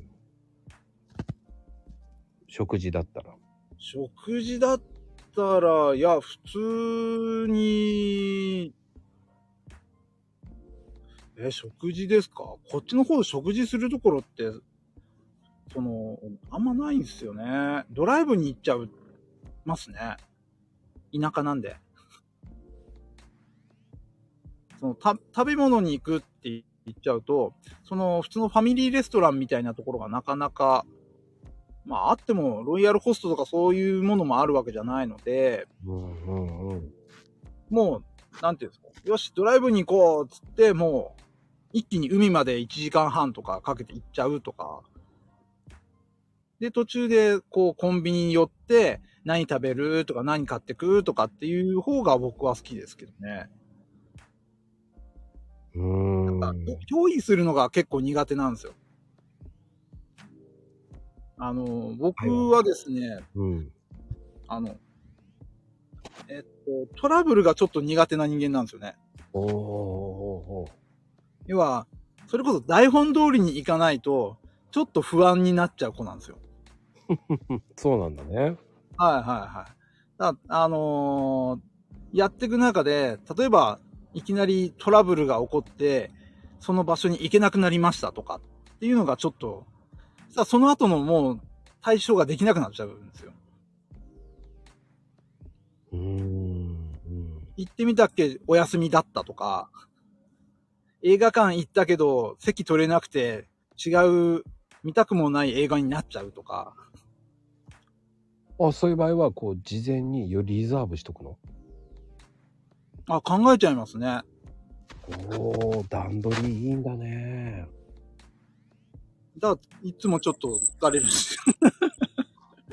食事だったら。
食事だったら、いや、普通に、えー、食事ですかこっちの方で食事するところって、その、あんまないんですよね。ドライブに行っちゃう、ますね。田舎なんで。 <laughs> その、た、食べ物に行くって言っちゃうと、その、普通のファミリーレストランみたいなところがなかなかまああっても、ロイヤルホストとかそういうものもあるわけじゃないので、
うんうんうん。
もう、なんていうんですか、よし、ドライブに行こうっつって、もう、一気に海まで1時間半とかかけて行っちゃうとか、で、途中で、こう、コンビニに寄って、何食べるとか、何買ってくとかっていう方が僕は好きですけどね。
うーん。
なんか用意するのが結構苦手なんですよ。あの、僕はですね、
うん。
あの、えっと、トラブルがちょっと苦手な人間なんですよね。
おーおーおーおー
要は、それこそ台本通りにいかないと、ちょっと不安になっちゃう子なんですよ。
そうなんだね。
はいはいはい。だあのーやっていく中で、例えば、いきなりトラブルが起こって、その場所に行けなくなりましたとかっていうのがちょっと、さあその後のもう対処ができなくなっちゃうんですよ。
うーん。うん
行ってみたっけお休みだったとか、映画館行ったけど席取れなくて違う見たくもない映画になっちゃうとか、
あ、そういう場合は、こう、事前によりリザーブしとくの
あ、考えちゃいますね。
おー、段取りいいんだね。
だから、いつもちょっと疲れるし。 <laughs>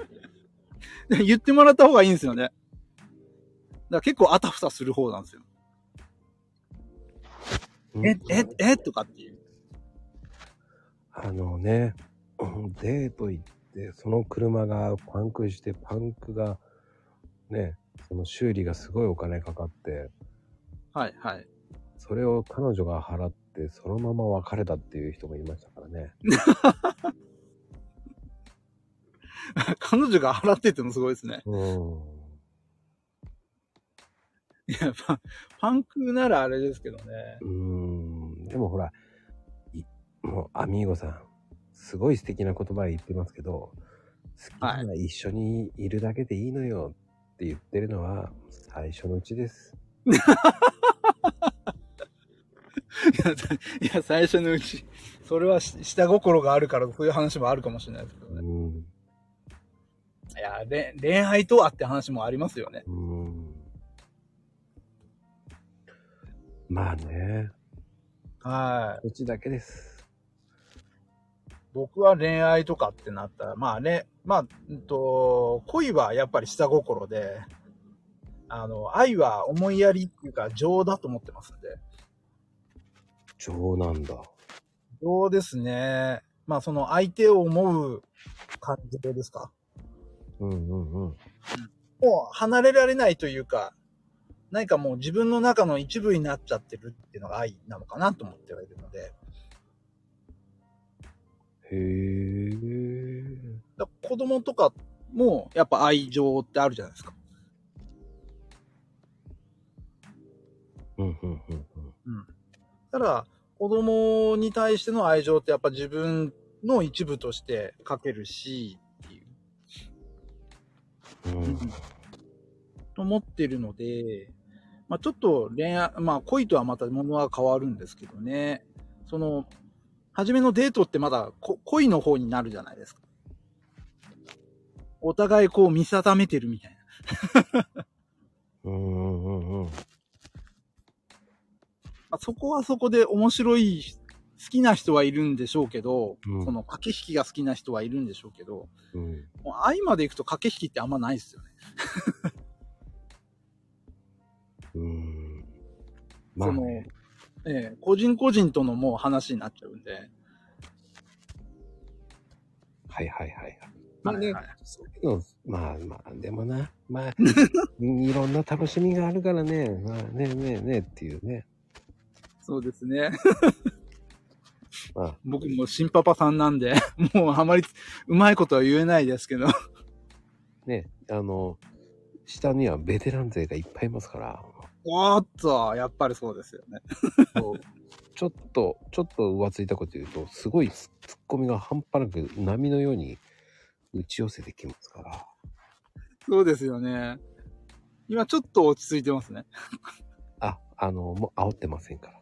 で言ってもらった方がいいんですよね。だから結構あたふたする方なんですよ。
うん
え、え、えとかっていう。
あのね、 <laughs> うんデート行って、その車がパンクして、パンクが、ね、その修理がすごいお金かかって、
はいはい。 <laughs>
それを彼女が払って、そのまま別れたっていう人もいましたからね。
彼女が払ってってのもすごいですね。
うん。
いや、パンパンクならあれですけどね。
うーん。でもほら、いもう、アミーゴさん、すごい素敵な言葉言ってますけど、好きなら一緒にいるだけでいいのよって言ってるのは、最初のうちです。
いやさいや、最初のうち、それはし下心があるから、そういう話もあるかもしれないですけど
う
ね。
ん。う
いや、れ恋愛とはって話もありますよね。
ーん。まあね、
は
うちだけです。
僕は恋愛とかってなったら、まあね、まあ、うんと、恋はやっぱり下心で、あの、愛は思いやりっていうか情だと思ってますんで。
情なんだ。
情ですね。まあその相手を思う感情ですか。
うんうんうん。
もう離れられないというか、何かもう自分の中の一部になっちゃってるっていうのが愛なのかなと思ってはいるので。
へえ。
だから子供とかもやっぱ愛情ってあるじゃないですか。
うんうんうんうん。
ただ、子供に対しての愛情ってやっぱ自分の一部としてかけるし、っていう、
うん
と思ってるので、まあちょっと恋愛、まあ恋とはまた物は変わるんですけどね。その、初めのデートってまだこ恋の方になるじゃないですか。お互いこう見定めてるみたいな。
うんうんうん。
まあ、そこはそこで面白い、好きな人はいるんでしょうけど、
うん
その駆け引きが好きな人はいるんでしょうけど、
うん、
もう愛まで行くと駆け引きってあんまないですよね。
うん。まあ
その
ね、、
ええ個人個人とのもう話になっちゃうんで。
はいはいはいはい。まあね、
はいはい
そういうの、まあまあ、でもな、まあ、 <laughs> いろんな楽しみがあるからね、まあねえねえねえっていうね。
そうですね。
まあ、
僕も新パパさんなんで、 <laughs> もうあまりうまいことは言えないですけど。
ね、あの、下にはベテラン勢がいっぱいいますから、
おーっと、やっぱりそうですよね。
もうちょっと、ちょっと浮ついたこと言うと、すごいツッコミが半端なく波のように打ち寄せてきますから。
そうですよね。今ちょっと落ち着いてますね。 <laughs>
あ、あの、もう煽ってません <laughs> から。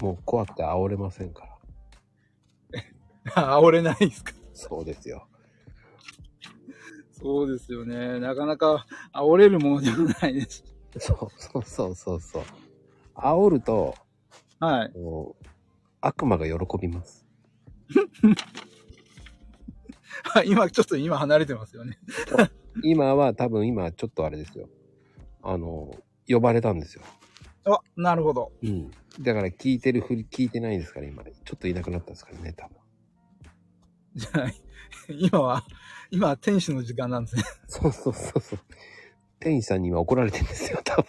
もう怖くて煽れませんから。
煽れないですか。
そうですよ。
そうですよね。なかなか煽れるものではないです。
そうそうそうそうそう。煽ると、
はい。
もう悪魔が喜びます。
あ今、ちょっと今離れてますよね。
今は多分今ちょっとあれですよ。あの、呼ばれたんですよ。
あ、なるほど。
うん。だから聞いてるふり、聞いてないですから今。ちょっといなくなったんですからね、多分。
じゃあ、今は、今は天使の時間なんですね。
そうそうそうそう。店員さんに今怒られてるんですよ、多分。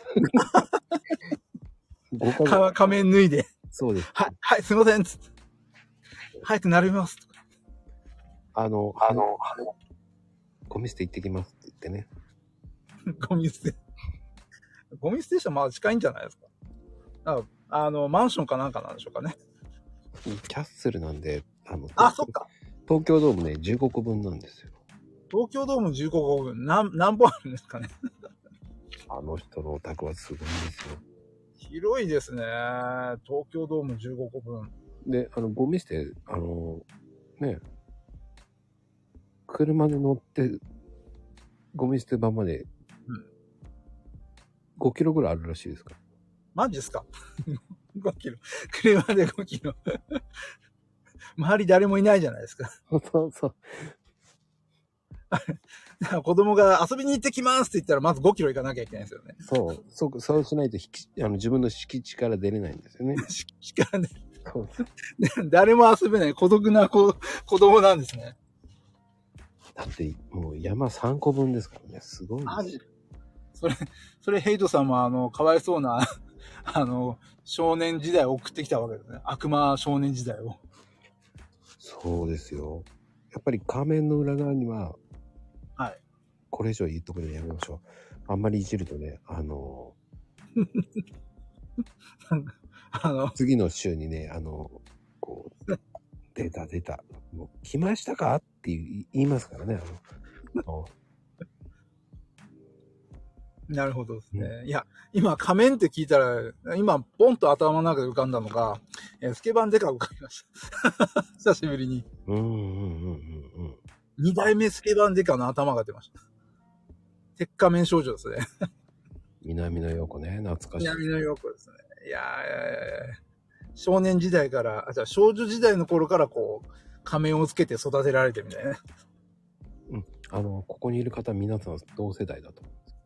ご家族
か仮面脱いで、
そうです。
はい、はい、すいません、つって。早くなります。
あの、あの、ゴミ捨て行ってきますって言ってね。
ゴミ捨て。 <laughs> ゴミ捨てしたらまだ近いんじゃないですか。ああの、マンションかなんかなんでしょうかね。
キャッスルなんで、あの、
あ、そっか。
東京ドームね、15個分なんですよ。
東京ドーム15個分、なん、何本あるんですかね。
あの人のお宅はすごいんですよ。
広いですね。東京ドーム15個分。
で、あの、ゴミ捨て、あの、ね、車で乗って、ゴミ捨て場まで
うん、
5キロぐらいあるらしいですから。
マジっすか <laughs> ?5 キロ。車で5キロ。 <laughs> 周り誰もいないじゃないですか。 <laughs>
そうそう。
だから子供が遊びに行ってきますって言ったら、まず5キロ行かなきゃいけないですよね。
そう、そう、そうしないと引き、あの、自分の敷地から出れないんですよ
<laughs>
ね。
しかね、
そう
誰も遊べない孤独な子子供なんですね。
だって、もう山3個分ですからね、すごいです。
マジそれ、それヘイトさんもあの、かわいそうな、 <laughs> あの、少年時代を送ってきたわけですね。悪魔少年時代を。 <laughs>
そうですよ。やっぱり仮面の裏側には、
はい。
これ以上言っとくのやめましょう。あんまりいじるとね、あの、
あの、
次の週にね、あの、こう、
<laughs>
出た出た、もう来ましたかっていう言いますからね、
<laughs>
あの、
なるほどですね。いや、今仮面って聞いたら、今、ポンと頭の中で浮かんだのが、えースケバンデカ浮かびました。 <laughs> 久しぶりに。
うんうんうんうんうん。
二代目スケバンデカの頭が出ました。鉄仮面少女ですね。
南の陽子ね、懐かしい。
南の陽子ですね。いやーいやいやいや少年時代から、あ、じゃあ少女時代の頃からこう、仮面をつけて育てられてみたいなね。
あの、ここにいる方皆さん同世代だと思うんです。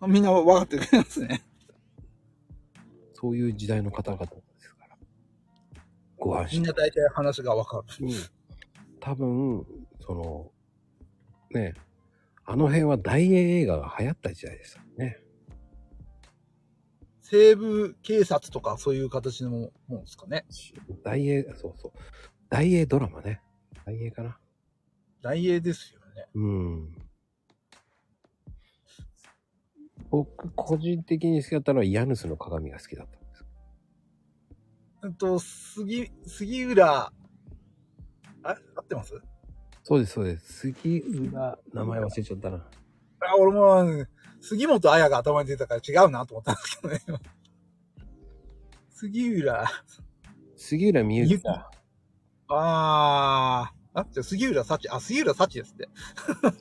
あ <laughs> みんな分かってくれますね。
そういう時代の方々ですから。ご安心
みん。な大体話が分かる。
多分、その、ね、あの辺は大英映画が流行った時代でしたね。
西部警察とかそういう形のもんですかね。
大英、そうそう。大英ドラマね。大英かな。
大英ですよね。
うん。僕、個人的に好きだったのは、ヤヌスの鏡が好きだったんです。
えっと、杉、杉浦、あ、合ってます
そうです、そうです。杉浦、名前忘れちゃったな。
あ、俺も、杉本彩が頭に出たから違うなと思ったんですけどね。 <laughs> 今杉浦、
杉浦美幸
美
だ。
あー、あ、じゃあ杉浦幸、あ、杉浦幸ですって。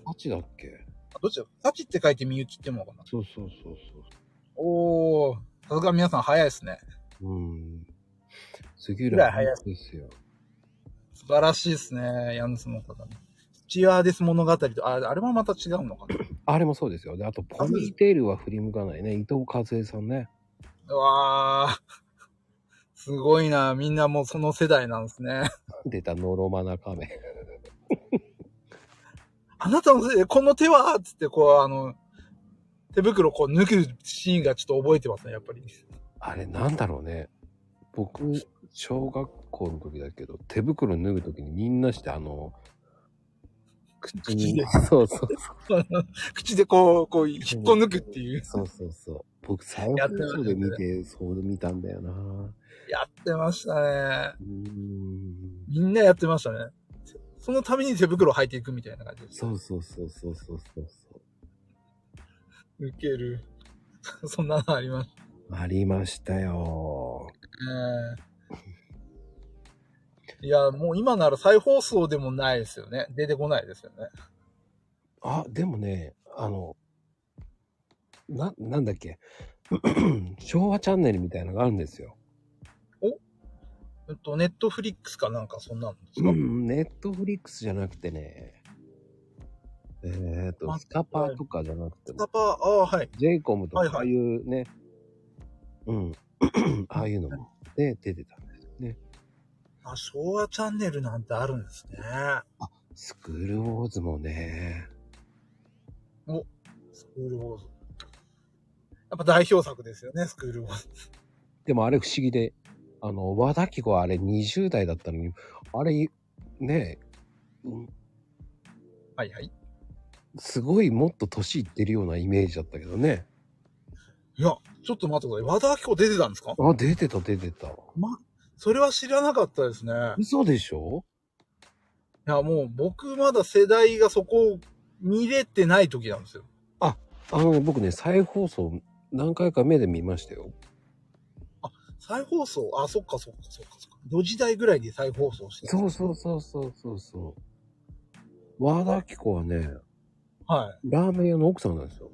あっちだっけ
あどっちだ幸って書いてみゆきってものかな。
そうそうそう
おー、さすが皆さん早いですね。
そう。うん。杉浦
ぐらい
美幸ですよ。
素晴らしいですね、ヤンスの方ね。スチュアーデス物語と、あ、あれもまた違うのかな。
あれもそうですよ。で、あと、ポニーテールは振り向かないね。伊藤和恵さんね。
うわー、すごいな。みんなもうその世代なんですね。
出たノロマナカメ。
あなたのせいで、この手はつって、こう、あの、手袋をこう抜くシーンがちょっと覚えてますね、やっぱり。
あれ、なんだろうね。僕、小学校の時だけど、手袋脱ぐ時にみんなして、あの、口
口
に
で。
そうそう
口でこう、こう、引っこ抜くっていう。
そうそうそう。僕、最後
やってました
ので
ね
見て、そう見たんだよな。
やってましたね。
うーん。
みんなやってましたね。そのために手袋を履いていくみたいな感じです。
そうそうそうそうそうそうそ
ウケる。 <laughs> そんなのありますね。
う。ありましたよ。
いや、もう今なら再放送でもないですよね。出てこないですよね。
あ、でもね、あの、な、なんだっけ。 <clears throat> 昭和チャンネルみたいなのがあるんですよ。
えっと、ネットフリックスかなんかそんなのですか、
うん、ネットフリックスじゃなくてね、えー、っと、
あ
スカパーとかじゃなくても
パ、パ、ああ、はい。
ジェイコムと
はい
か、
はい
ああいうね、うん、 <clears throat> ああいうのも、ね、出てたんですよね。
あ、昭和チャンネルなんてあるんですね。
スクールウォーズもね、
スクールウォーズ。やっぱ代表作ですよね、スクールウォーズ。
でもあれ不思議で、あの、和田貴子はあれ20代だったのに、あれ、ね、うん
はいはい。
すごいもっと年いってるようなイメージだったけどね。
いや、ちょっと待ってください。和田アキ子出てたんですか
あ、出てた出てた。
ま、それは知らなかったですね。い
嘘でしょ
や、もう僕まだ世代がそこを見れてない時なんですよ。
あのね、僕ね、再放送何回か目で見ましたよ。
再放送あ、そっかそっかそっかそっか。4時台ぐらいに再放送してた
そうそうそうそうそうそう。和田貴子はね、
は
ラーメン屋の奥さんなんですよ。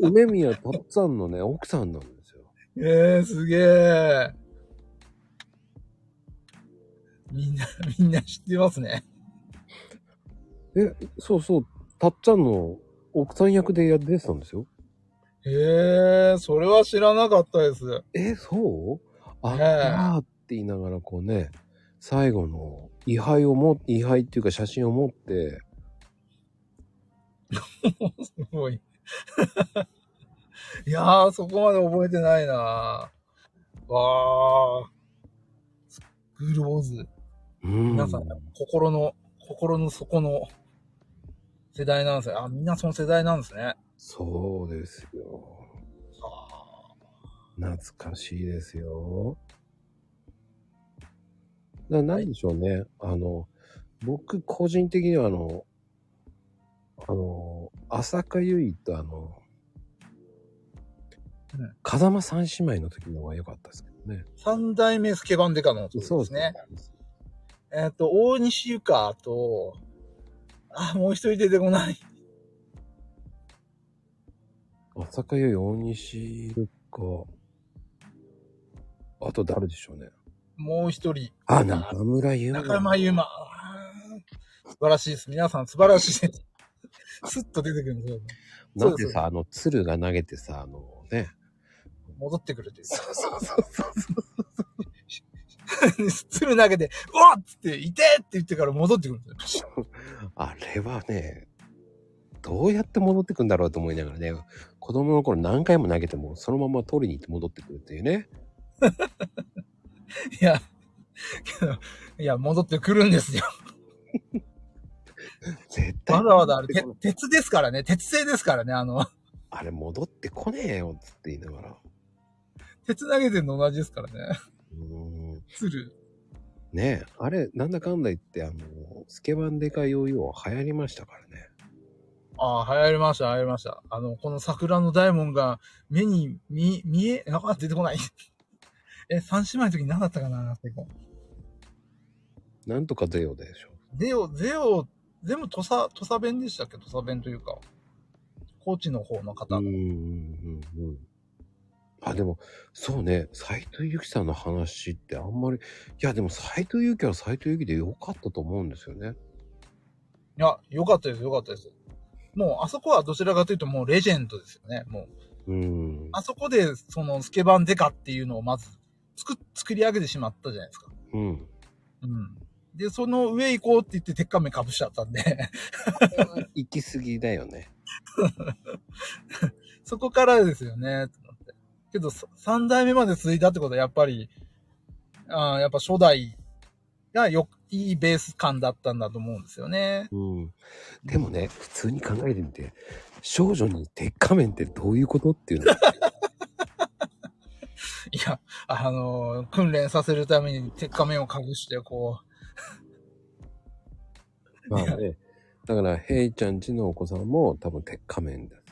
梅宮たっつぁんのね、奥さんなんですよ。
い。ええー、すげえ。みんな、 <laughs> みんな知ってますね。
そうそう、たっつぁんの奥さん役でやってたんですよ。
へえ、それは知らなかったです。
え、そうあ
ええ
らーって言いながらこうね、最後の位牌をも、位牌っていうか写真を持って、
すごい。 <laughs> いやー、そこまで覚えてないなー。わー。スクールウォーズ。
うん。
皆さん、心の、心の底の世代なんですよ。あ、みんなその世代なんですね。
そうですよ。懐かしいですよ。ななんでしょうね。あの、僕個人的にはあの、あの、浅香唯衣とあの
うん、
風間三姉妹の時の方が良かったですけどね。
三代目スケバンデカのそうですね。。えっ、と、大西ゆかと、あ、もう一人出てこない。
浅香唯衣、大西ゆっか、あと誰でしょうね。
もう一人。
あ、中村ゆう
中山優馬。あー素晴らしいです。皆さん素晴らしいです。スッと出てくるんですよ。
なんでさ、あの、鶴が投げてさ、あのね。
戻ってくるという。
そうそうそう
<laughs> 鶴投げて、うわっつって、いてって言ってから戻ってくるんですよ。
あれはね、どうやって戻ってくんだろうと思いながらね、子供の頃何回も投げても、そのまま取りに行って戻ってくるっていうね。
いや、けど、いや、戻ってくるんです <laughs> よ。
絶対。
わざわざあれ、て鉄ですからね、鉄製ですからね、あの、 <laughs>
あれ戻ってこねえよっつって言いながら。
鉄投げてるの同じですからね。
うーん。
鶴。
ねえ、あれ、なんだかんだ言って、あの、スケバンデカヨーヨー流行りましたからね。
ああ、流行りました、流行りました。あの、この桜の大門が目に見、見え、あ、出てこない。 <laughs> え、三姉妹の時何だったかなってこう
なんとかゼよでしょ。
ゼオ、ゼオ、全部土佐、土佐弁でしたっけ土佐弁というか。高知の方の
う
方。
んうんうんうん。あ、でも、そうね、斎藤由貴さんの話ってあんまり、いや、でも斎藤由貴は斎藤由貴で良かったと思うんですよね。
いや、良かったです、良かったです。もう、あそこはどちらかというと、もうレジェンドですよね。もう、
うん。
あそこで、その、スケバンデカっていうのをまず、作、作り上げてしまったじゃないですか。
うん。
うん。で、その上行こうって言って、鉄仮面被しちゃったんで、 <laughs>
行き過ぎだよね。
そこからですよね、と思って。けど、そ三代目まで続いたってことは、やっぱり、ああ、やっぱ初代がよ、いいベース感だったんだと思うんですよ
<laughs>
ね。
うん。でもね、普通に考えてみて、少女に鉄仮面ってどういうことっていう <laughs> の。
いや、あのー訓練させるために鉄仮面を隠して、こ
まあね。だから、ヘイちゃんちのお子さんも多分鉄仮面だ、ね。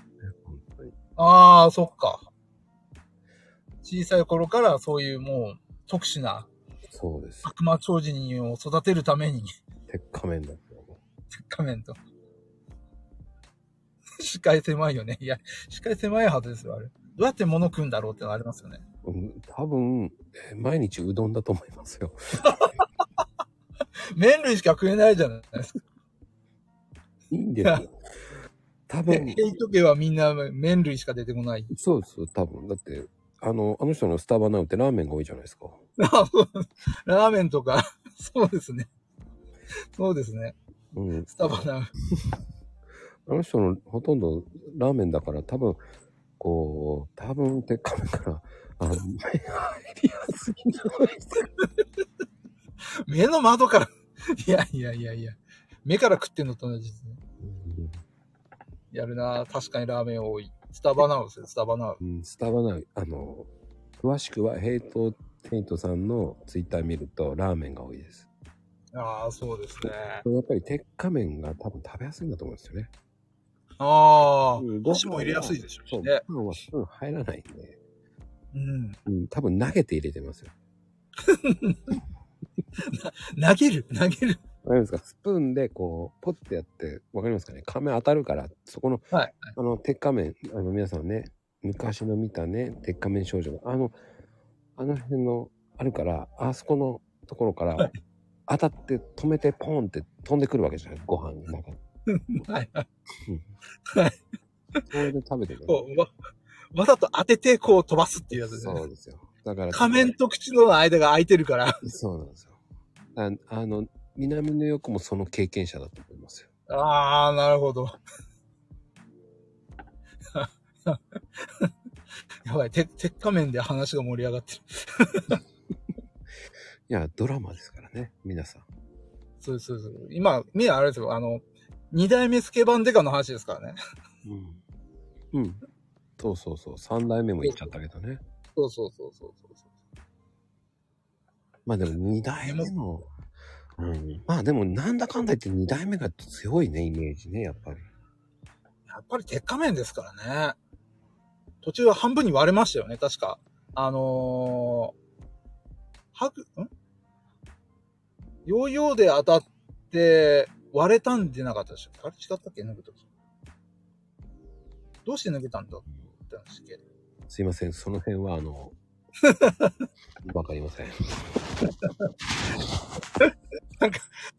本当に。
う、ああ、そっか。小さい頃からそういうもう特殊な
そうです。
悪魔超人を育てるために、 <laughs>
鉄仮面だったよ。
鉄仮面と。視界狭いよね。いや、視界狭いはずですよ、あれ。どうやって物食うんだろうってのありますよね。
うん多分、え毎日うどんだと思いますよ。
麺類しか食えないじゃないですか。
いいんですよ。多分
ヘ、イト家はみんな麺類しか出てこない。
そうです、多分。だって、あの、あの人のスタバナウってラーメンが多いじゃないですか。
ラーメンとか、 <laughs> そうですね。そうですね。
うん。
スタバな。
あの人のほとんどラーメンだから、多分、こう、多分って仮面から、あの、目が入りやすいんじゃないですか。
目の窓から。いやいやいやいや。目から食ってんのと同じですね。やるなぁ確かにラーメン多い。スタバナウですよ、スタバナウ。
うん、スタバナウ、あの、詳しくはヘイト、ヘイトさんのツイッター見ると、ラーメンが多いです。
ああ、そうですね。
やっぱり鉄仮面が多分食べやすいんだと思うんですよね。
ああ、
うん
箸も入れやすいでしょうし
そう。
ね。
パンはスプーン入らないんで、
うん。
うん、多分投げて入れてますよ。
投げる <laughs> 投げる
わかりますかスプーンでこう、ポッてやって、わかりますかね仮面当たるから、そこの、
はい
あの、鉄仮面、あの、皆さんね、昔の見たね、鉄仮面少女の、あの、あの辺の、あるから、あそこのところから、
はい
当たって止めてポンって飛んでくるわけじゃないご飯の中に。
はいはい。
それで食べてくる。
こう、わ、わざと当てて、こう飛ばすっていうやつです
そ
ね。
うですよ。だから、
仮面と口の間が空いてるから。
そうなんですよ。ああの、南の横もその経験者だと思いますよ。
<laughs> ああ、なるほど。 <laughs> やばい、て鉄仮面で話が盛り上がってる。
いや、ドラマですからね、皆さん。
そうです、そうです。今、ね、あれですよ、あの、二代目スケバンデカの話ですからね。
うん。うん。そうそうそう。三代目も行っちゃったけどね。
そうそうそうそうそうそう。
まあでも二代目の、うん。まあでもなんだかんだ言って二代目が強いね、イメージね、やっぱり。
やっぱり鉄仮面ですからね。途中は半分に割れましたよね、確か。あのー、はぐ、んヨーヨーで当たって割れたんじゃなかったでしょあれ違ったっけ抜くとき。どうして抜けたんだって話っけ
<laughs> すいません。その辺は、あの、わかりません。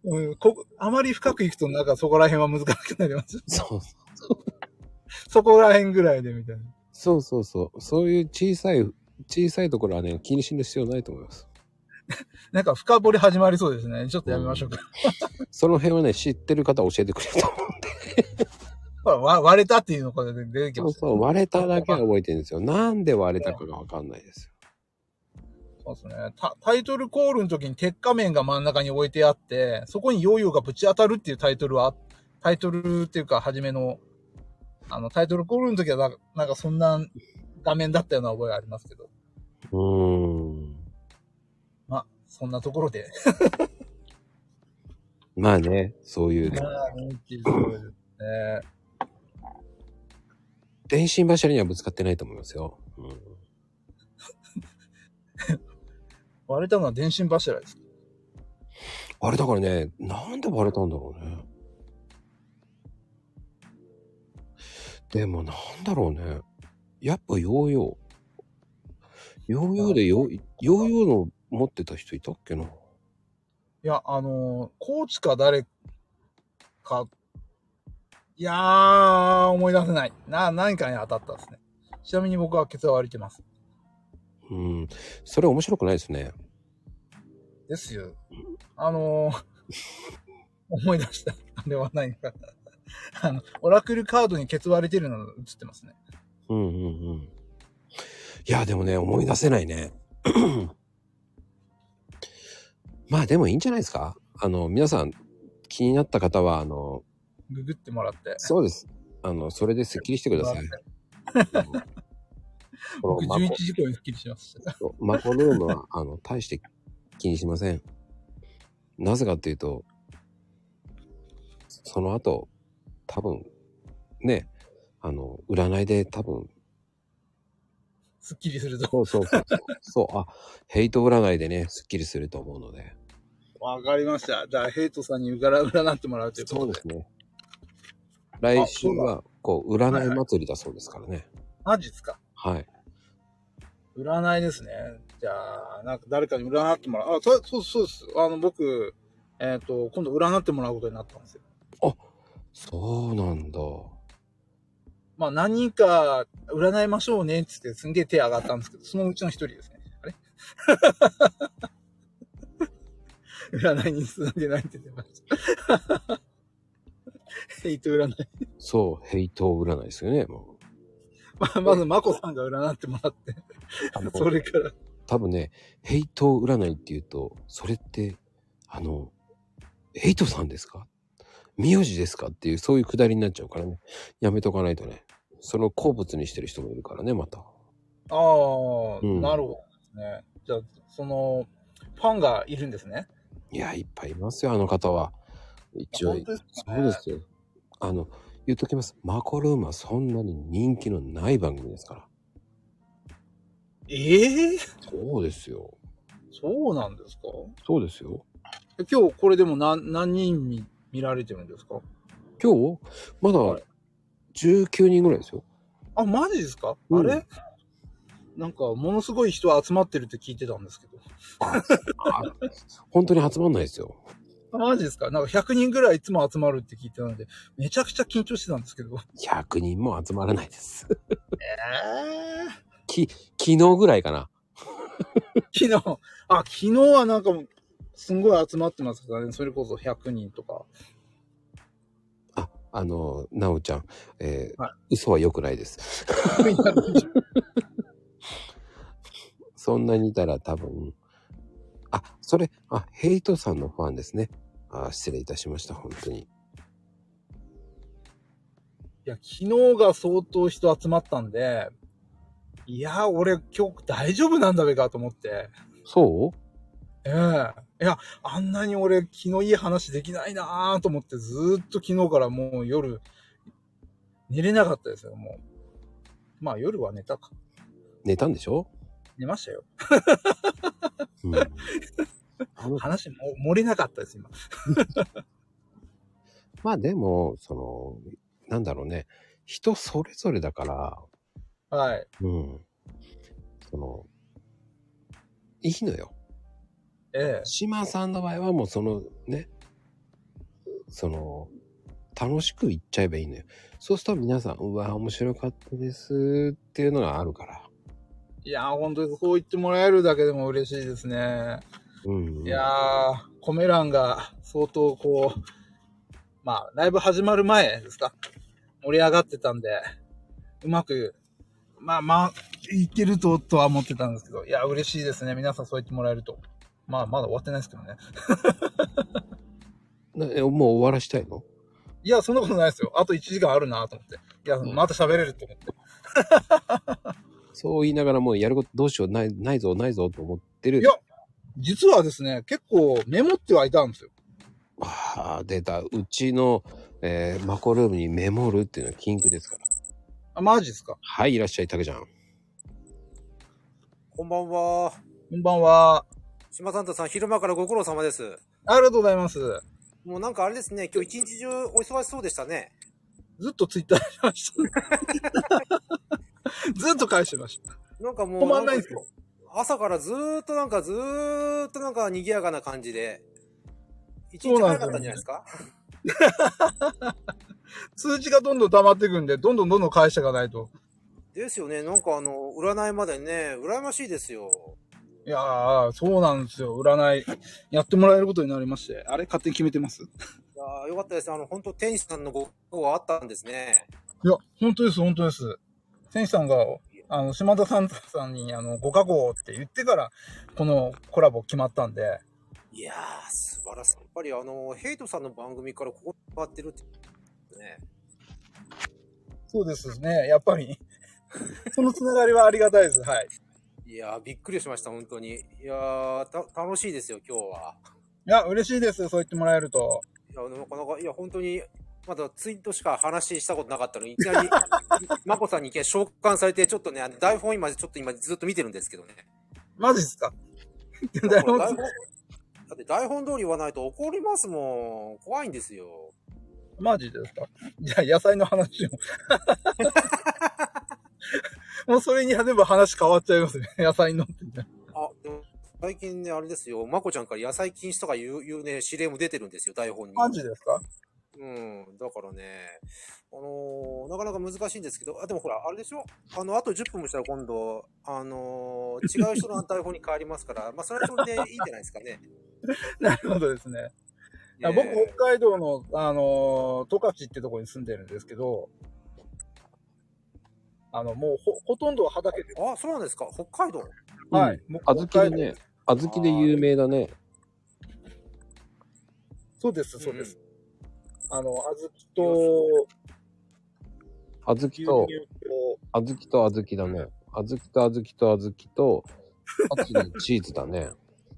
うん、ここあまり深くいくと、なんかそこら辺は難しくなります。
そう。
<laughs> そこら辺ぐらいでみたいな。
そうそうそう。そういう小さい、小さいところはね、気にする必要ないと思います。
なんか深掘り始まりそうですね。ちょっとやめましょうか。
その辺はね、知ってる方は教えてくれると思うんで。
ほらわ <laughs> 割れたっていうのが出てき
そ
ま
う
した
そ
ね、
う、割れただけは覚えてるんですよ。なんで割れたかがわかんないですよ。
そうですねタ。タイトルコールの時に鉄仮面が真ん中に置いてあって、そこにヨーヨーがぶち当たるっていうタイトルは、タイトルっていうか、初めの、あの、タイトルコールの時はな、なんかそんな画面だったような覚えがありますけど、
うーん。
まあ、そんなところで。
まあね、そういうね、
まあ、ねっていうところですね。
電信柱にはぶつかってないと思いますよ。うん
割れたのは電信柱です。
あれだからね、なんで割れたんだろうね。でもなんだろうね。やっぱヨーヨー。ヨーヨーでヨーヨーヨーの持ってた人いたっけな。
いや、あのー、コーチか誰か、いやー、思い出せない。な、何かに当たったですね。ちなみに僕はケツは割れてます。
うん。それ面白くないですね。
ですよ。あのー、 <laughs> 思い出した。あれはないか。あの、オラクルカードにケツ割れてるのが映ってますね。
うんうんうん。いや、でもね、思い出せないね。 <clears throat> まあでもいいんじゃないですか。あの、皆さん気になった方は、あの、
ググってもらって。
そうです。あの、それでスッキリしてください。こ
<laughs>
の
僕
マ
11
コ
時頃にスッキリしました。 <laughs>
マコルームは、あの、大して気にしません。なぜかっていうと、その後、多分、ね、あの、占いで多分、
スッキリすると。
そうそうそうそう、そう、あ、ヘイト占いでね、スッキリすると思うので。
わかりました。じゃあ、ヘイトさんにうがらうらなってもらうということ
そ
で
うですね。来週は、こう、
は
占
いはいい
祭りだそうですからね。
マジっすか
はい。
占いですね。じゃあ、なんか誰かに占ってもらう。あ、そうそうそうです。あの、僕、えっ、と、今度占ってもらうことになったんですよ。
そうなんだ。
まあ、何人か占いましょうねっつってすんげえ手上がったんですけど、そのうちの一人ですね。あれ <laughs> 占いに進んでないって出ました。 <laughs> ヘイト占い。
そう、ヘイト占いですよね、もう。
まあ、まず、まこさんが占ってもらって、
あの
それから。
多分ね、ヘイト占いっていうと、それって、あの、ヘイトさんですか名字ですかっていう、そういうくだりになっちゃうからね。やめとかないとね。その好物にしてる人もいるからね、また。
ああ、
うん
なるほどですね。じゃあ、その、ファンがいるんですね。
いや、いっぱいいますよ、あの方は。一応、
本当ですか
そうですよ。あの、言っときます。マコルームはそんなに人気のない番組ですから。
ええ
そうですよ。
そうなんですか
そうですよ。
今日これでも何何人見見られてるんですか
今日、まだ
はい
19人ぐらいですよ。
あ、マジですか、
うん
あれなんか、ものすごい人集まってるって聞いてたんですけど。
あ本当に集まんないですよ。
あマジですかなんか100人ぐらいいつも集まるって聞いてたので、めちゃくちゃ緊張してたんですけど。
100人も集まらないです。 <laughs>
え
昨日ぐらいかな。
え昨日、あ、昨日はなんかもう、すんごい集まってますからね。それこそ100人
<laughs>
とか。
あ、あの、なおちゃん、えー
は
嘘は良くないです。そんなにいたら多分、あ、それ、あ、ヘイトさんのファンですね。あ、失礼いたしました、本当に。
いや、昨日が相当人集まったんで、いや、俺今日大丈夫なんだべかと思って。
そう
ええいや、あんなに俺昨日いい話できないなぁと思ってずーっと昨日からもう夜寝れなかったですよ、もう。まあ夜は寝たか。
寝たんでしょ
寝ましたよ。
うん。 <laughs> あの
話も漏れなかったです、今。
まあでも、その、なんだろうね。人それぞれだから、
はい。
うん。その、いいのよ。
ええ。
島さんの場合はもうそのね、その、楽しく行っちゃえばいいのよ。そうすると皆さん、うわ、面白かったですっていうのがあるから。
いやー、本当にこう言ってもらえるだけでも嬉しいですね。
うん。
いやー、コメ欄が相当こう、まあ、ライブ始まる前ですか盛り上がってたんで、うまく、まあまあ、いけると、とは思ってたんですけど、いや、嬉しいですね。皆さんそう言ってもらえると。まあ、まだ終わってないですけどね。
なえもう終わらしたいの
いや、そんなことないですよ。あと1時間あるなと思って。いや、
うん
また喋れると思って。
そう言いながらもうやることどうしようないないぞないぞと思ってる
いや。実はですね、結構メモってはいたんですよ。
ああ、出た。うちの、えーマコルームにメモるっていうのは禁句ですから。
あ、マジですか
はい、いらっしゃい、たけちゃん。
こんばんは。
こんばんは。
島サンタさん、昼間からご苦労様です。
ありがとうございます。
もうなんかあれですね、今日一日中お忙しそうでしたね。
ずっとツイッターしました。 <laughs> ずっと返してました。
なんかもう。
止まんないんですよ。
朝からずーっとなんかずーっとなんか賑やかな感じで。一
そう
日
なんで
早
す
か
よね
ったんじゃないですか
数値がどんどん溜まっていくんで、どんどんどんどん返していかないと。
ですよね。なんかあの、占いまでね、羨ましいですよ。
いやー、そうなんですよ。占い、やってもらえることになりまして。あれ勝手に決めてますい
いやーよかったです。あの、本当天使さんのご苦労はあったんですね。
や、本当です、本当です。選手さんが、あの、島田さんさんに、あの、ご加護って言ってから、このコラボ決まったんで。
いやー、素晴らしい。やっぱりあの、ヘイトさんの番組からここに変わってるって。ね。
そうですね、やっぱり。 <laughs> そのつながりはありがたいです。はい。
いやー、びっくりしました、本当に。いやー、た楽しいですよ、今日は。
いや、嬉しいです。そう言ってもらえると。
いや、なかなか、いや、本当に、まだツイートしか話したことなかったのに、いき
<laughs>
なり、まこさんにいきなり召喚されて、ちょっとね、あの台本今、ちょっと今ずっと見てるんですけどね。
マジっす <laughs> か台本
だって台本通り言わないと怒りますもん。怖いんですよ。
マジですかじゃあ野菜の話を。 <laughs> もうそれに全部話変わっちゃいますね。 <laughs> 野菜のって言って。
あ、でも最近ね、あれですよ、まこちゃんから野菜禁止とかいういうね、指令も出てるんですよ、台本に。
マジですか
うん、だからね、あのーなかなか難しいんですけど、あ、でもほら、あれでしょあの、あと10分もしたら今度、あのー違う人の台本に変わりますから、まあ、それはそれでいいんじゃないですかね。
なるほどですね。 <laughs> いや
ね
僕、北海道の、あのー十勝ってとこに住んでるんですけど、あの、もうほ、ほとんど畑で、
あ、そうなんですか北海道
はい。
うん。
僕
あずきで。ね、あずきで有名だね。
そうです、そうです。あの、小
あずき
豆
と
と、牛、乳と、
あずきとあずきだね。あずきとあずきとあずきと、あずきにチーズだね。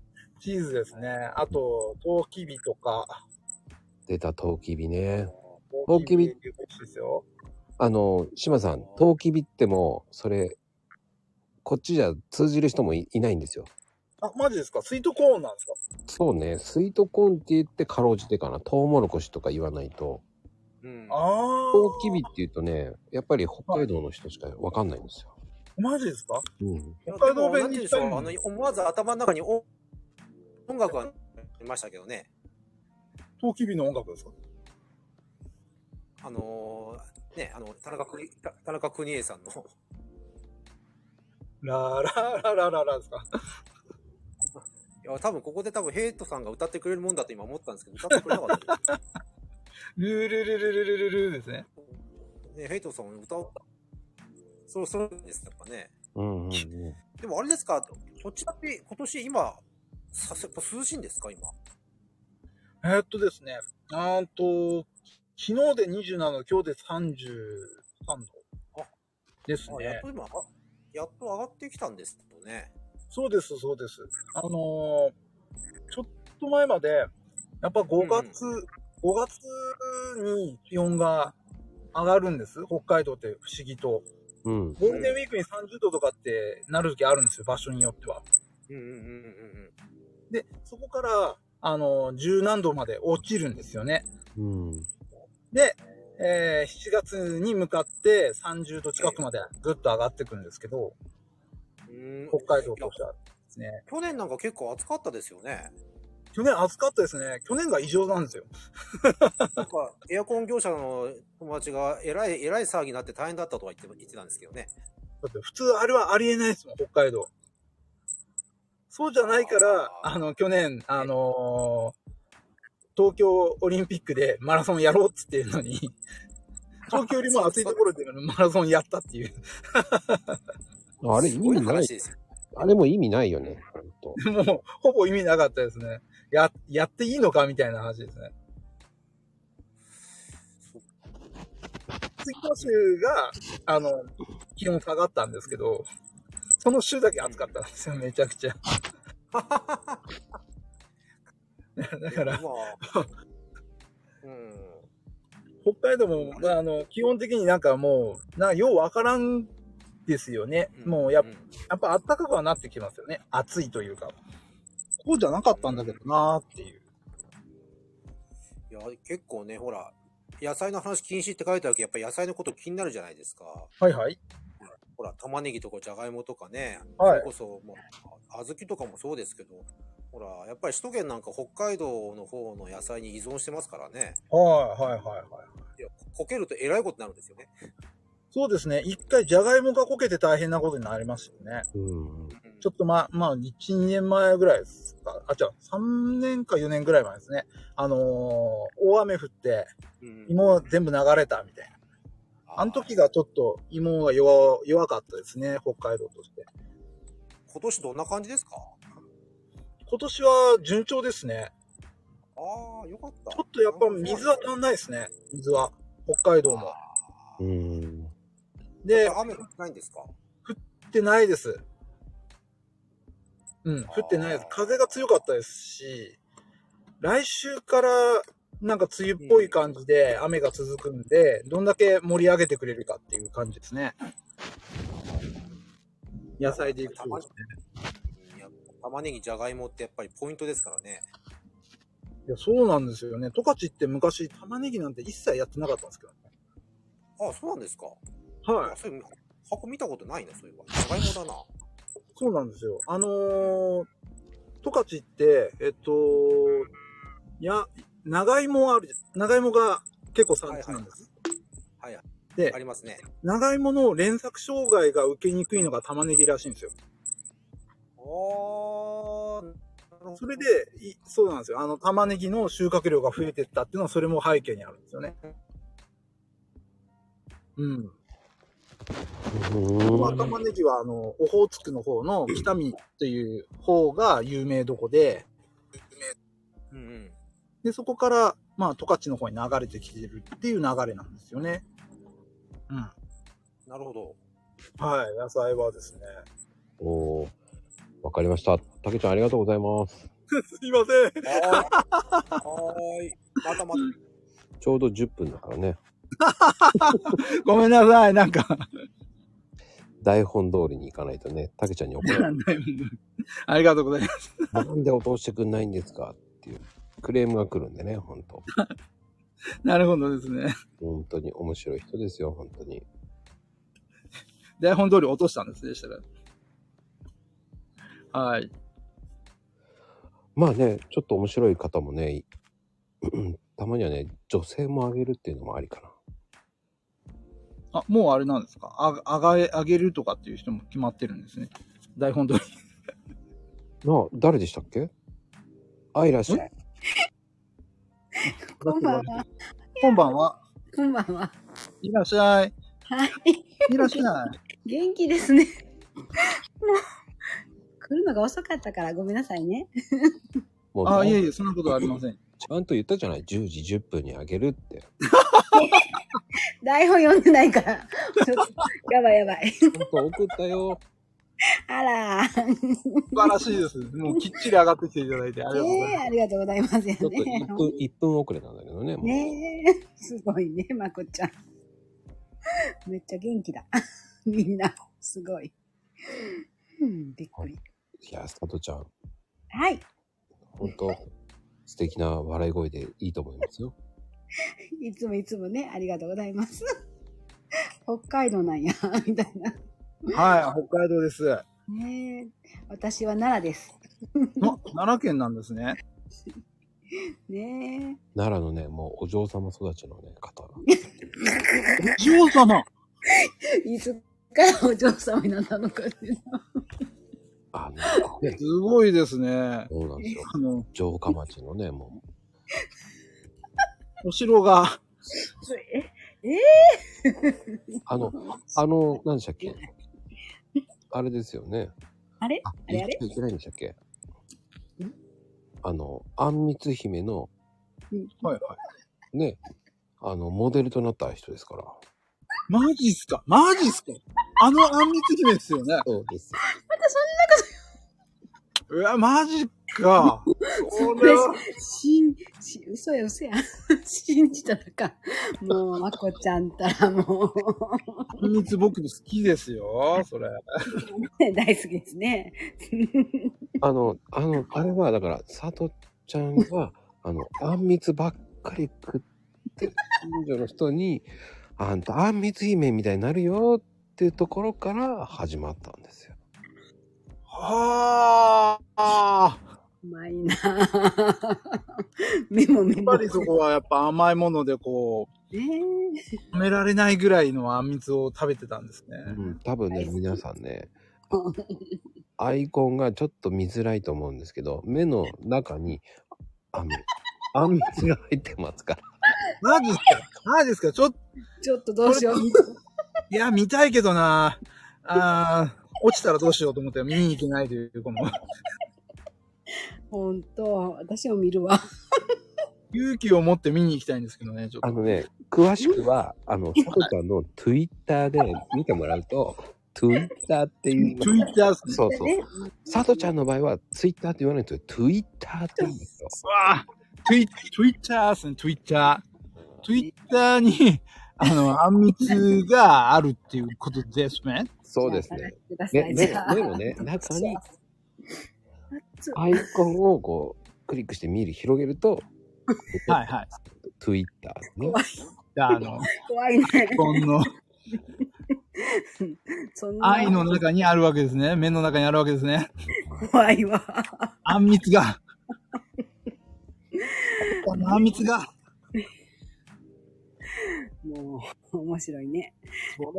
<laughs>
チーズですね。あと、トウキビとか。
出た、トウキビね。
ト
ウキビ
ウキビですよ。
あの、島さん、トウキビってもう、それ、こっちじゃ通じる人もいいないんですよ。
あ、マジですかスイートコーンなんですか
そうね、スイートコーンって言ってかろうじてかな。トウモロコシとか言わないと。
うん。
ああ。
トウキビって言うとね、やっぱり北海道の人しかわかんないんですよ。
マジですか
うん。
いや
北海道弁
でもなんて言うんで
に
し
した
ょ
いう
あの、思わず頭の中にお音楽がありましたけどね。
トウキビの音楽ですか
あのーね、あの、田中邦田田中邦衛さんの。
ララララララですか
いや、多分ここで多分ヘイトさんが歌ってくれるもんだと今思ったんですけど、歌ってくれなかった。
ルールルルルルルルですね。
ね、ヘイトさんも歌おう。そう、そうですやっぱね。
うんうんうん。
でもあれですか、こっちだって今年今、さやっぱ涼しいんですか今。
えーっとですね。あーんと、昨日で27度、今日で33度。
あ
です
あやっ
ね。
と今、あやっと上がってきたんですよね。
そうです、そうです。あのー、ちょっと前まで、やっぱ5月、5月に気温が上がるんです。北海道って不思議と。
うん。
ゴールデンウィークに30度とかってなる時あるんですよ、場所によっては。
うんうんうんうん
で、そこから、あの、十何度まで落ちるんですよね。
うん。
で、えー7月に向かって30度近くまでぐっと上がってくんですけど、
うん。うーん
北海道としては。ですね。
去年なんか結構暑かったですよね。
去年暑かったですね。去年が異常なんですよ。
なんか、エアコン業者の友達が、えらい、えらい騒ぎになって大変だったとは言って言ってたんですけどね。
だって普通あれはありえないですもん、北海道。そうじゃないから、
あー
あの、去年、あのー東京オリンピックでマラソンやろうっつっていうのに、
<laughs>
東京よりも暑いところでマラソンやったっていう。
あれ意
すごい
味ない
話。ですよ。
あれも意味ないよね。ほんと
<laughs> もう、ほぼ意味なかったですね。や、やっていいのかみたいな話ですね。次の週が、あの、気温下がったんですけど、その週だけ暑かったんですよ、めちゃくちゃ。 <laughs> だから、
まあ、うん。
北海道も、まあ、あの、基本的になんかもう、なんかようわからんですよね。もうやっぱ、
ん
やっぱ暖かくはなってきますよね。暑いというか。こうじゃなかったんだけどなーっていう。
いや、結構ね、ほら、野菜の話禁止って書いてあるけど、やっぱ野菜のこと気になるじゃないですか。
はいはい。
ほら、玉ねぎとかじゃがいもとかね、
はい
それこそ、もう、あ小豆とかもそうですけど、ほら、やっぱり首都圏なんか北海道の方の野菜に依存してますからね、
はいはいはいはい。
いやこけるとえらいことになるんですよね。
そうですね。一回、じゃがいもがこけて大変なことになりましたよね。
うん。
ちょっとま、まあ、1、2年前ぐらいですか。あ、違う、3年か4年ぐらい前ですね。あのー大雨降って、
うん、
芋全部流れたみたいな。あの時がちょっと芋が弱、弱かったですね。北海道として。
今年どんな感じですか
今年は順調ですね。
ああ、よかった。
ちょっとやっぱ水は足んないですね。水は。北海道も。
うん。
で、降
雨降ってないんですか
ってないです。うん、降ってないです。風が強かったですし、来週からなんか梅雨っぽい感じで雨が続くんで、どんだけ盛り上げてくれるかっていう感じですね。野菜でいくとですね。
うんいや玉ねぎ、じゃがいもってやっぱりポイントですからね。
いや、そうなんですよね。十勝って昔玉ねぎなんて一切やってなかったんですけどね。
ああ、そうなんですか。
はい
あ。そういう箱見たことないな、そういえば。じゃがいもだな。
そうなんですよ。あのー、十勝って、えっと、いや、長芋あるじゃん。長芋が結構産地なんです。
はいはい。
で
ありますね。
長芋の連作障害が受けにくいのが玉ねぎらしいんですよ。
あーなるほど
それで、いそうなんですよ。あの、玉ねぎの収穫量が増えてったっていうのは、それも背景にあるんですよね。うん。
うん
まあ、玉ねぎは、あの、オホーツクの方の北見という方が有名どこで、
うんうん。
で、そこから、まあ、十勝の方に流れてきてるっていう流れなんですよね。うん。
なるほど。
はい、野菜はですね。
おーわかりました。たけちゃんありがとうございます。
すいません。
はーい。はーい。
<laughs>
またまた。
ちょうど10分だからね。
ごめんなさい、なん <laughs> か。
台本通りに行かないとね、たけちゃんに怒られる。
ありがとうございます。
なんで落としてくんないんですかっていうクレームが来るんでね、ほんと。
なるほどですね。
本当に面白い人ですよ、本当に。
台本通り落としたんですね、したら。はい。
まあね、ちょっと面白い方もね、いたまにはね、女性もあげるっていうのもありかな。
あ、もうあれなんですかあ、あがえ、あげるとかっていう人も決まってるんですね。台本通り。
なあ、誰でしたっけあ、いらっしゃい。
こんばんは。
こんばんは。
こんばんは。
いらっしゃい。
はい。
いらっしゃい。
元気ですね。もう、来るのが遅かったからごめんなさいね。
もう
あ、いえ
ね、
いえ、そんなことはありません。
ちゃんと言ったじゃない。10時10分にあげるって。
台本読んでないから。ちょっとやばいやばい。
ちゃんと送った
<laughs>
よ。
あらー。
素晴らしいです。もうきっちり上がってきていただいてありがとうござい
ねえ、
ます。
ありがとうございますよ
ちょっと
ね
1。分、1分遅れなんだけどね、もう。
ねえ、すごいね、まこちゃん。めっちゃ元気だ。みんな、すごい。うん、びっくり。
いや、スタトちゃん、
はい。
本当素敵な笑い声でいいと思います <laughs> よ。
いつもいつもね、ありがとうございます。北海道なんや、みたいな。
はい、北海道です。
ねえ。私は奈良です。
あ奈良県なんですね。
ね
奈良のね、もうお嬢様育ちのね、方が。
お嬢様
え。いつからお嬢様になったのかっていうのは
あの、ね、
すごいですね。
そうなんですよ。
あの、
城下町のね、もう、
お城が、
え
あの、あの、何でしたっけあれですよね。
あれ
あ、
あれあれ
言っちゃいけないんでしたっけあの、あんみつ姫の、
はいはい。
ね、あの、モデルとなった人ですから。
マジっすかマジっすかあのあんみつ姫ですよね。
そうです。
うわ、マジか。
これは
信じ、嘘や嘘や。信じたらかん。もう、まこちゃんったらもう、
あんみつ僕も好きですよ、それ。
大好きですね。
あの、あの、あれは、だから、さとちゃんが、
<laughs>
あの、あんみつばっかり食ってる近所の人に、あんた、あんみつ姫みたいになるよっていうところから始まったんですよ。
はあ。
うまいなぁメモメ
やっ
モ
ぱ。りそこはやっぱ甘いものでこ
ねえ
う、止められないぐらいのあんみつを食べてたんですね。
うん、多分ね、皆さん
<laughs>
ね、アイコンがちょっと見づらいと思うんですけど、目の中に、あんみ、あんみつが入ってますから。
マジっすかマジっすかちょっと、
ちょっとどうしよう。
いや、見たいけどな。あー落ちたらどうしようと思って見に行けないという、この、
ほんと、私も見るわ。
勇気を持って見に行きたいんですけどね、ちょっ
あ
と。
のね、詳しくは、あの、さとちゃんの Twitter で見てもらうと、Twitter っていう。
ツイッターっすね。
そうそう。佐藤ちゃんの場合は、ツイッターって言わないんですよ。ツイッターって言うんですよ。
うわツイツイッターですね、ツイッター。ツイッターに、あの、あんみつがあるっていうことですね。
そうですね。。
くださ
ね
い。
目
じゃあ
目のね、中に
熱い
アイコンをこう、クリックして見る、広げると、
はいはい。
ツイッターね。
じゃあ、あの、
怖いね。
この
そんな
愛の中にあるわけですね。目の中にあるわけですね。
怖いわ。
あんみつが。このあんみつが。
もう、面白いね。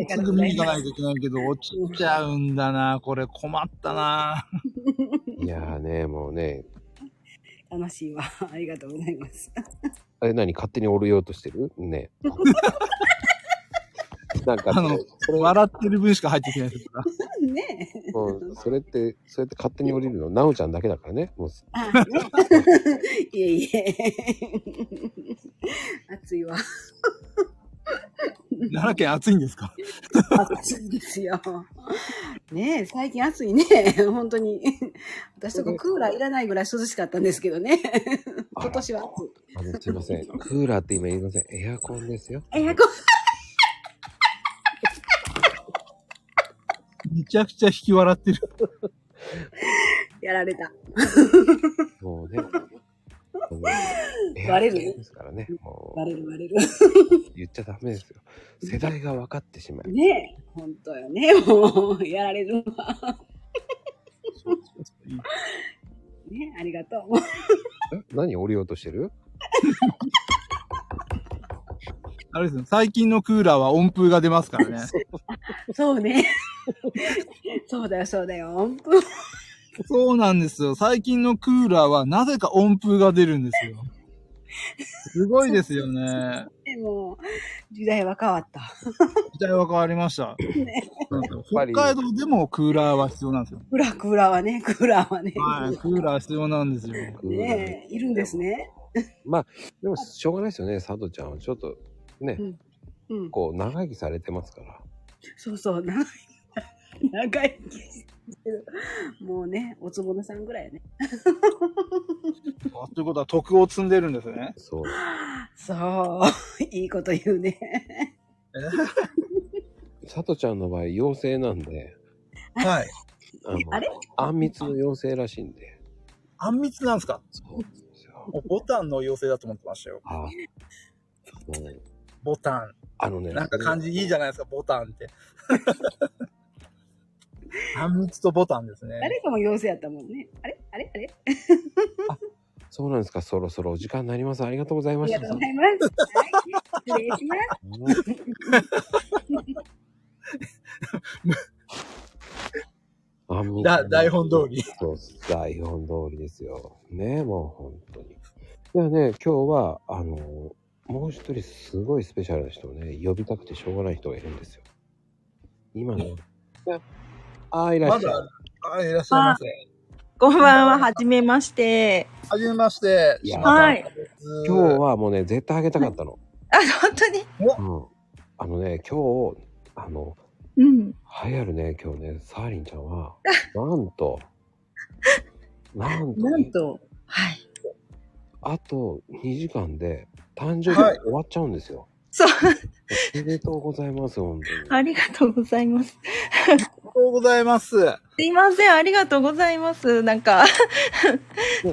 すぐ見に行かないといけないけど、落ちちゃうんだな。これ困ったな。
いやーね、もうね、
楽しいわ。ありがとうございます。
あれ何勝手に折れようとしてるね。なんか
あの、笑ってる分しか入ってきないですから。
ねえ。
もうそれって、それって勝手に降りるの、なおちゃんだけだからね。もう
あ <laughs> ねいえいえ。暑いわ。
奈良県暑いんですか
暑いですよ。ねえ、最近暑いね。本当に。私とかクーラーいらないぐらい涼しかったんですけどね。今年は暑い。
あの、すいません。クーラーって今言いません。エアコンですよ。
エアコン、
めちゃくちゃ引き笑ってる。
やられた。
もうね。もうエア
バ
コ
レ
ン
る
ですからね。もう
バレるバレる。
言っちゃダメですよ。世代が分かってしまう。
ねえ、本当よね。もう、やられるわ。ねえ、ありがとう。 <laughs>
え何降りようとしてる
あれですね、最近のクーラーは温風が出ます <laughs> からね。
そうね。 <laughs> そうだよ、そうだよ。音符。
そうなんですよ。最近のクーラーはなぜか温風が出るんですよ。すごいですよね。
でも、時代は変わった。
時代は変わりました。
ぱ
北
り
海道でもクーラーは必要なんですよ。
クーラー、クーラーはね、クーラーはね。
はい、クーラー必要なんですよ。
ねえ、いるんですね。
でも、しょうがないですよね。佐藤ちゃんはちょっと、ね、
うん。
こう、長生きされてますから。
そうそう、長い。 <laughs> 長い。もうね、おつぼねさんぐらいやね。
あということは徳を積んでるんですね。
そう。
そう、いいこと言うね。
佐藤ちゃんの場合、妖精なんで、
はい。
あの、
あれ
あんみつの妖精らしいんで。
あんみつなんですか
そうなんですよ。
ボタンの妖精だと思ってましたよ。
あもう
ボタン。
あのね、
なんか漢字いいじゃないですか、ボタンって。 <laughs> あんみつとボタンですね。
誰かも陽性やったもんね。あれあれあれ
そうなんですか。そろそろお時間になります。ありがとうござい
あ
ま
り
し
が
た。
とうございます。はい。失礼します。
<laughs> あんみつ
だ台本通り。
そうっす台本通りですよ。ねもう本当に。ではね、今日は、あの、もう一人すごいスペシャルな人をね、呼びたくてしょうがない人がいるんですよ。今ね。でああ、いら
ま
っしゃい。
だ、あいらっしゃいませ。
こんばんは、はじめまして。
はじめまして。
いや
島田
はい
です
今日はもうね、絶対あげたかったの。
あ、本当に
うん。あのね、今日、あの、
うん。
流行るね、今日ね、サーリンちゃん
<laughs>
は、なんと、なんと、
なんと。はい。
あと2時間で誕生日が終わっちゃうんですよ。
そう、
おめでとうございます、本当
<laughs>
に。
ありがとうございます。
おめでとうございます。
すいません、ありがとうございます。なんか、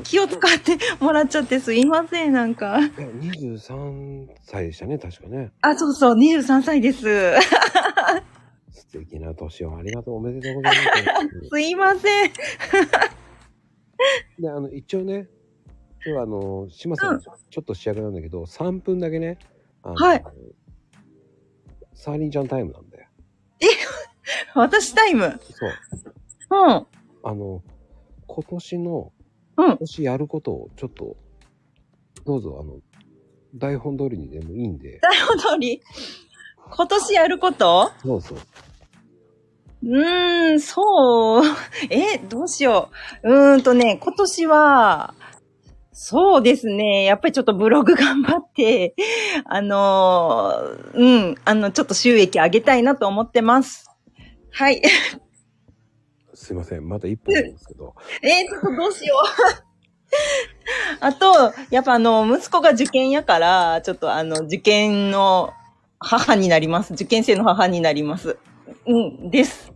気を使ってもらっちゃってすいません、なんか。
いや23歳でしたね、確かね。
あ、そうそう、23歳です。
素敵な年をありがとう、おめでとうございます。
すいません。 <laughs>
で、あの、一応ね、今日はあの、島さん、
うん
ちょっと主役なんだけど、3分だけね、あの
はい。
サーリンちゃんタイムなんで。
私タイ <laughs> ム。
そう。
うん。
あの、今年の、
うん
今年やることをちょっと、どうぞ、あの、台本通りにでもいいん
<laughs>
で、
台本通り。今年やること
どうぞ。
うーん、そう。 <laughs> え、どうしよう。うーんとね、今年は、そうですね。やっぱりちょっとブログ頑張って、 <laughs> あのーうん、あの、ちょっと収益上げたいなと思ってます。はい。 <laughs>
すいません、まだ一本なんですけど。
えーちょっとどうし <laughs> よう。あと、やっぱあの、息子が受験やから、ちょっとあの、受験の母になります。受験生の母になります。うん、です。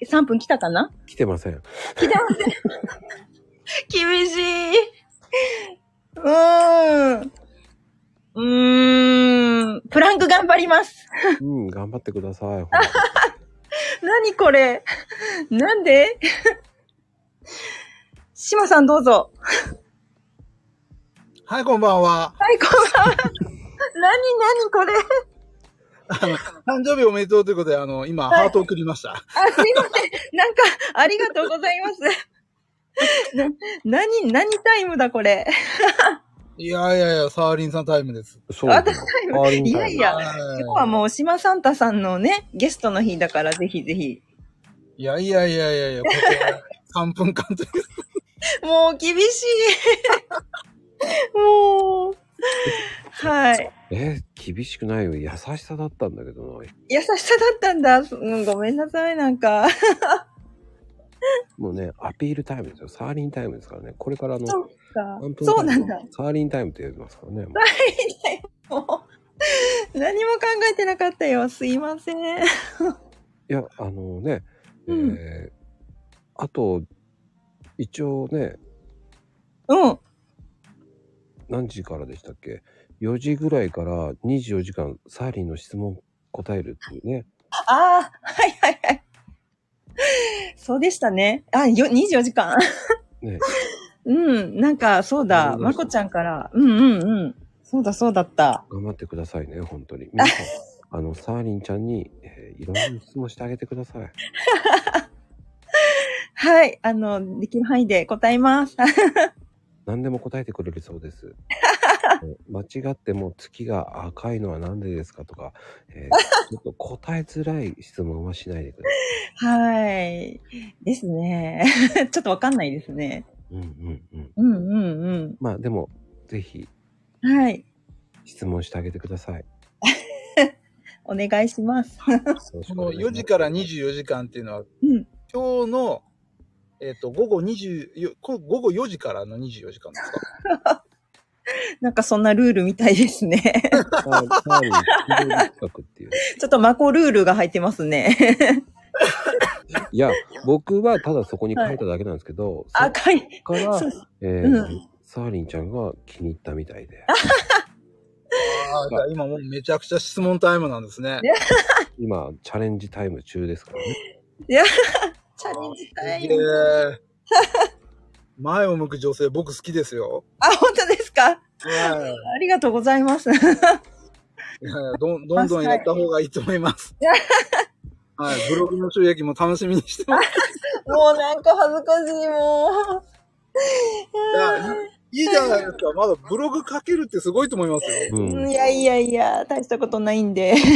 え3分来たかな
来てませ
<laughs>
ん。
厳しい。うーん。うーん。プランク頑張ります。
うん、頑張ってください。ほんと
何これ。なんで志麻さんどうぞ。
はい、こんばんは。
はい、こんばんは。何何これ。
あの、誕生日おめでとうということで、あの、今、ハート送りました。
あ、すいません。なんか、ありがとうございます。な、何、何タイムだ、これ。
いやいやいや、サーリンさんタイムです。
そうですね
私タイム
サーリンタイム。
いやいや、
はい
今日はもう、島サンタさんのね、ゲストの日だから、ぜひぜひ。
いやいやいやいやいや、ここは3分間という。
もう <laughs> 厳しい。もう。はい。
えー、厳しくないよ。優しさだったんだけどな。
優しさだったんだ。うん、ごめんなさい、なんか。
もうね、アピールタイムですよ。サーリンタイムですからね。これからあの、
そうか
3分
そうなんだ。 <laughs>
サーリンタイムって呼びますからね。もう
もう何も考えてなかったよ。すいません。
いや、あのね、
うん
えーあと、一応ね、
うん。
何時からでしたっけ ?4 時ぐらいから24時間、サーリンの質問答えるっていうね。
ああ、はいはいはい。そうでしたね。あ、よ、24時間。
ね、
うん、なんか、そうだ。まこちゃんから。うんうんうん。そうだそうだった。
頑張ってくださいね、本当に。皆さん、あの、サーリンちゃんに、えーいろんな質問してあげてください。
はい。あの、できる範囲で答えます。
何でも答えてくれるそうです。えー間違っても月が赤いのは何でですかとか、えーちょっと答えづらい質問はしないでください。
はい。ですね。 <laughs> ちょっとわかんないですね。
うんうんうん。
うんうん
まあでも、ぜひ
うん。はい。
質問してあげてください。
お願いします。
こ
<laughs>
の4時から24時間っていうのは、
うん。
今日の、えっ、と、午後20よ、こ午後4時からの24時間ですか
なんかそんなルールみたいですね。 <laughs>
サーサーリン非常に近くっていう。
ちょっとマコルールが入ってます <laughs> ね。
いや、僕はただそこに書いただけなんですけど、そ
赤い。
こから
そう、
えー
うん
サーリンちゃんが気に入ったみたいで、
あーじゃあ今もうめちゃくちゃ質問タイムなんですね。
今、チャレンジタイム中ですからね。
チャレンジタイ <laughs>
すげ
ム。
え前を向く女性、僕好きですよ。
あ、本当ですか
はい。
ありがとうございます。
いやいやどんどんどんやった方がいいと思い
<laughs>
ます。はい、ブログの収益も楽しみにしてます。
<laughs> もうなんか恥ずかしい、も
いやいいじゃないですか。まだブログ書けるってすごいと思います
う
よ。
<laughs> う。
ん。
いやいやいや、大したことないんで。 <laughs>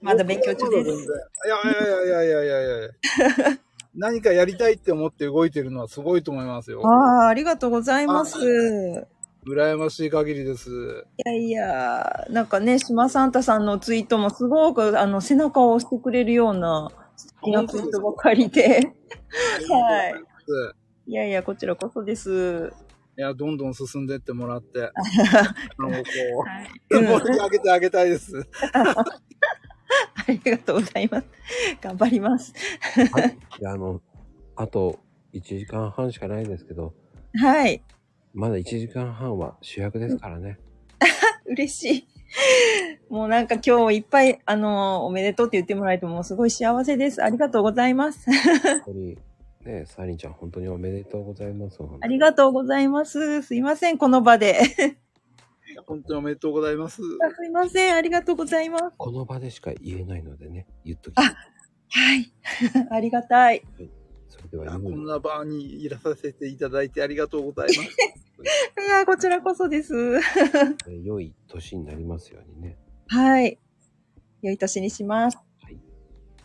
まだ勉強
僕
中です
はまだ全然いやいやいやいやいやいや。何かやりたいって思って動いてるのはすごいと思いますよ。
ああ、ありがとうございます。
羨ましい限りです。
いやいや、なんかね、島サンタさんのツイートもすごく、あの、背中を押してくれるような、素敵なツイートばかりで。はい。いやいや、こちらこそです。
いや、どんどん進んでってもらって。あのこう、
うん
盛り上げてあげたいです。
ありがとうございます。頑張ります。
であの、あと1時間半しかないですけど、
はい。
まだ1時間半は主役ですからね。
嬉しい。もうなんか今日いっぱい、あの、おめでとうって言ってもらえてもうすごい幸せです。ありがとうございます。
本当に、ね、サリンちゃん本当におめでとうございます。
ありがとうございます。すいません、この場で。
本当におめでとうございます。
あすいません、ありがとうございます。
この場でしか言えないのでね、言っときます。
はい。 <laughs> ありがたい。
それでは、
あ
よ
こん
い
な場にいらさせていただいてありがとうございます。
いや、こちらこそです。
良い年になりますようにね。
はい。良い年にします。
はい。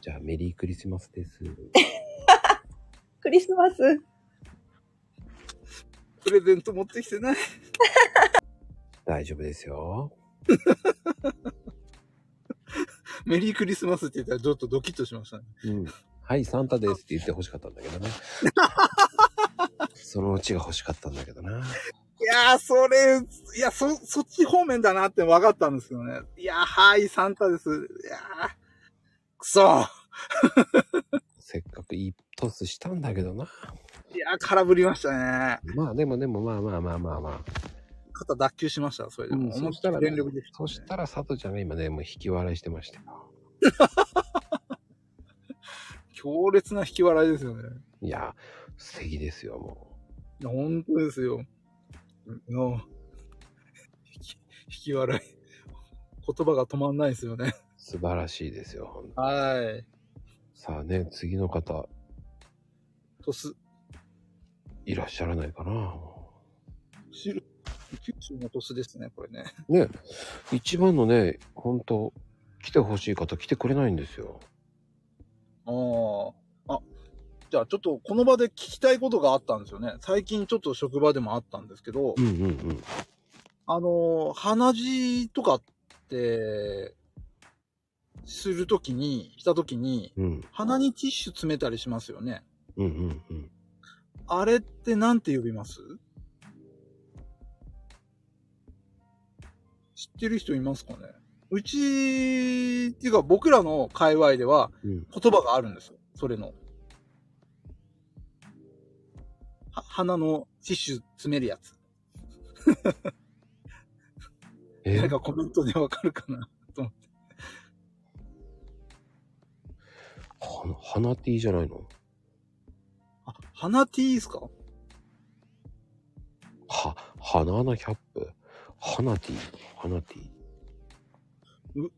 じゃあ、メリークリスマスです。
クリスマス。
プレゼント持ってきてない。
大丈夫ですよ。
メリークリスマスって言ったらちょっとドキッとしましたね。
うん。はい、サンタですって言って欲しかったんだけどね。そのうちが欲しかったんだけどな。
いやー、それ、いや、そ、そっち方面だなって分かったんですけどね。いやー、はい、サンタです。いやー、くそー
せっかくいいトスしたんだけどな。
いやー、空振りましたね。
まあでもでもまあまあまあまあま
肩脱臼しました、それ
あ。
でも。思
そ
っ
した
た
ら、
ら
ね
全力で、した
そ
ね、
したら佐藤ちゃんが今ね、もう引き笑いしてましたよ。
強烈な引き笑いですよね。
いや、素敵ですよ、も
いや、本当ですよ。の引き、引き笑い。言葉が止まんないですよね。
う。素晴らしいですよ、ほんと
はい。
さあね、次の方、
とす、
いらっしゃらないかな。
知る、九州のトスですね、これね。
ね、一番のね、ほんと、来てほしい方来てくれないんですよ。
ああ。あ、じゃあちょっとこの場で聞きたいことがあったんですよね。最近ちょっと職場でもあったんですけど、
うんうんうん。
あのー、鼻血とかって、するときに、したときに、
うん
鼻にティッシュ詰めたりしますよね。
うんうんうん。
あれってなんて呼びます知ってる人いますかねうち、っていうか僕らの界隈では
うん
言葉があるんですよ。それの。は鼻のティッシュ詰めるやつ。
え
なんかコメントでわかるかな
は花っていいじゃないの
あ、鼻ティーですか
は、花穴キャップ。花ティー、花ティー。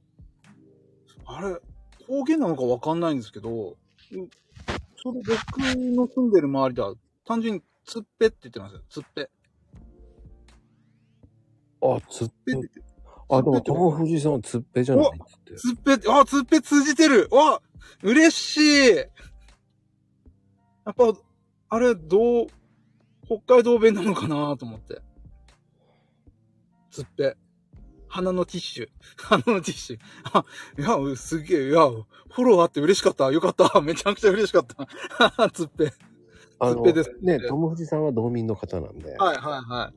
あれ、方言なのかわかんないんですけど、うそれ僕の住んでる周りでは、単純につっぺって言ってますよ。つっぺ。
あ、つっぺ
つっぺって言っ。て
あ、でも、
つっぺって
友藤さんはつっぺじゃないっつって。
つっぺって、あ、つっぺ通じてるわ嬉しいやっぱ、あれ、どう、北海道弁なのかなと思って。つっぺ。鼻のティッシュ。 <laughs> 鼻のティッシュ。あ、いや、うすげえ、いや、フォローあって嬉しかった。よかった。 <laughs> めちゃくちゃ嬉しかった。 <laughs> つっぺ。
あの
つっぺです
ね、友藤さんは道民の方なんで。
はいはいは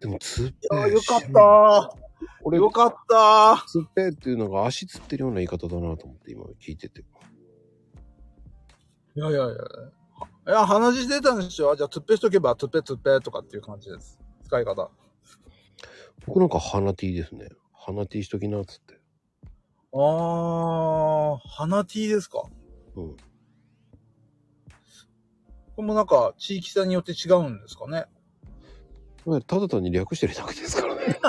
でも、つっ
い。いや、
ぺ。
よかっ
俺
た。よかった。
つっぺっていうのが足つってるような言い方だなと思って今聞いてて。
いやいやいや。いや、鼻血出たんでしょじゃあ、突っぺしとけば、突っぺ突っぺとかっていう感じです。使い方。
僕なんか鼻 T ですね。鼻 T しときなっつって。
あー、花 T ですか。
うん。
これもなんか、地域差によって違うんですかね。 <laughs>
まあただ単に略してるだけですから
<laughs>
ね。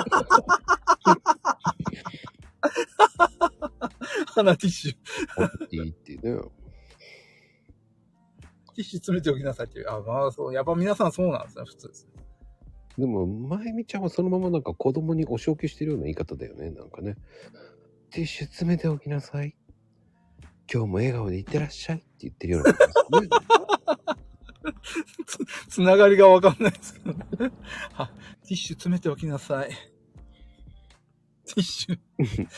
花ティッシュ。
おっていいっていうね。
ティッシュ詰めておきなさいっていう。あ、まあそう。やっぱ皆さんそうなんですね、普通ですね。
でも、まゆみちゃんはそのままなんか子供にお仕置きしてるような言い方だよね。なんかね。ティッシュ詰めておきなさい。今日も笑顔でいってらっしゃいって言ってるような感じですね。
つながりがわかんないですけど。 <laughs> あ、ティッシュ詰めておきなさい。ティッシュ。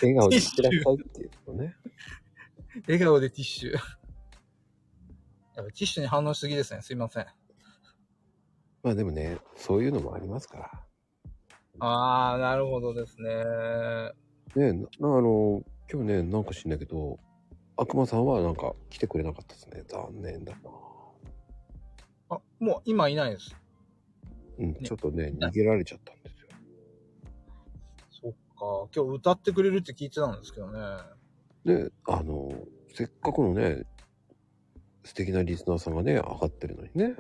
笑顔でいってらっしゃいっていうのね。
笑顔でティッシュ。やっぱティッシュに反応しすぎですね。すいません。
まあでもね、そういうのもありますから。
あー、なるほどです
ね
ね。
なあの、今日ね、なんか知んないけど、悪魔さんはなんか来てくれなかったですね。残念だな。
あ、もう今いないです。
うん、
ね
ちょっとね、逃げられちゃったんですよ。
そっか。今日歌ってくれるって聞いてたんですけどね。
で、あの、せっかくのね、素敵なリスナーさんがね、上がってるのに <laughs> ね。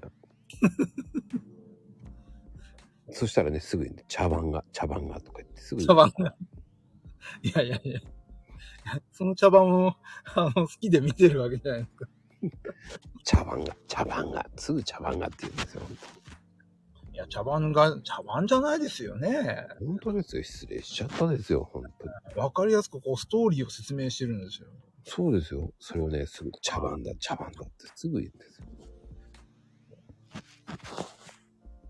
そしたらね、すぐに、茶番が、茶番がとか言って、すぐに
茶番が。いやいやいや。その茶番を、あの、好きで見てるわけじゃないですか。
茶番が、茶番が、すぐ茶番がって言うんですよ。
いや、茶番が、茶番じゃないですよね。
本当ですよ。失礼しちゃったですよ。本当に。
わかりやすくこう、ストーリーを説明してるんですよ。
そうですよ。それをね、すぐ茶番だ、茶番だってすぐ言うんですよ。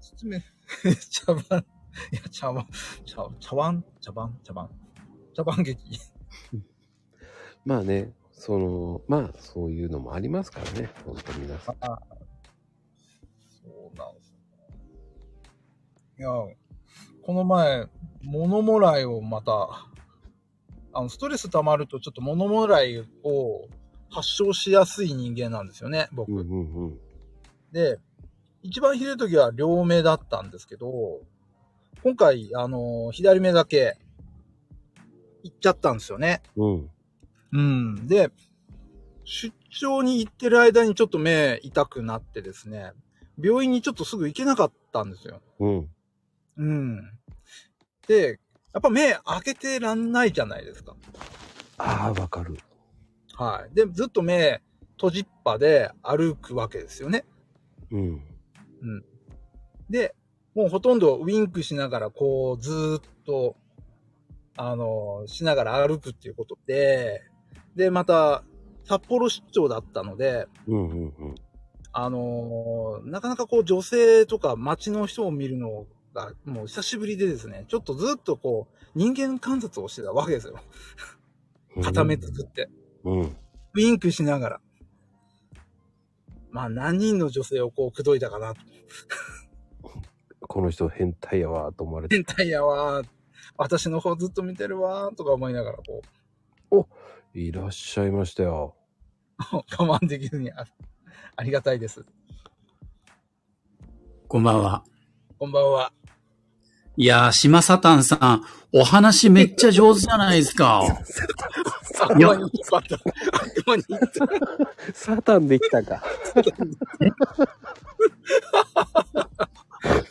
説明、 <laughs> 茶番、いや、茶番、茶、茶番、茶番、茶番。茶番劇。
まあね、その、まあ、そういうのもありますからね。本当皆さん。
そうなんですね。いや、この前、物もらいをまた、あの、ストレス溜まるとちょっと物もらいを発症しやすい人間なんですよね、僕。
うんうんうん。
で、一番ひどい時は両目だったんですけど、今回、あの、左目だけ、行っちゃったんですよね。
うん。
うん。で、出張に行ってる間にちょっと目痛くなってですね、病院にちょっとすぐ行けなかったんですよ。
うん。
うん。で、やっぱ目開けてらんないじゃないですか。
ああ、わかる。
はい。で、ずっと目閉じっぱで歩くわけですよね。
うん。
で、もうほとんどウィンクしながら、こう、ずーっと、あの、しながら歩くっていうことで、で、また、札幌出張だったので、
うんうんうん。
あのーなかなかこう女性とか街の人を見るのが、もう久しぶりでですね、ちょっとずっとこう、人間観察をしてたわけですよ。片目作って。
うん。
ウィンクしながら。まあ何人の女性をこう口説いたかな。
この人変態やわ、と思われて。
変態やわー。私の方ずっと見てるわーとか思いながらこ
いらっしゃいましたよ。
う、 <laughs> 我慢できずにあ、ありがたいです。
こんばんは。
こんばんは。
いやー、島サタンさん、お話めっちゃ上手じゃないですか。
悪魔に引っ張った。悪魔に引っ張っ
<laughs>
た
サタンできたか。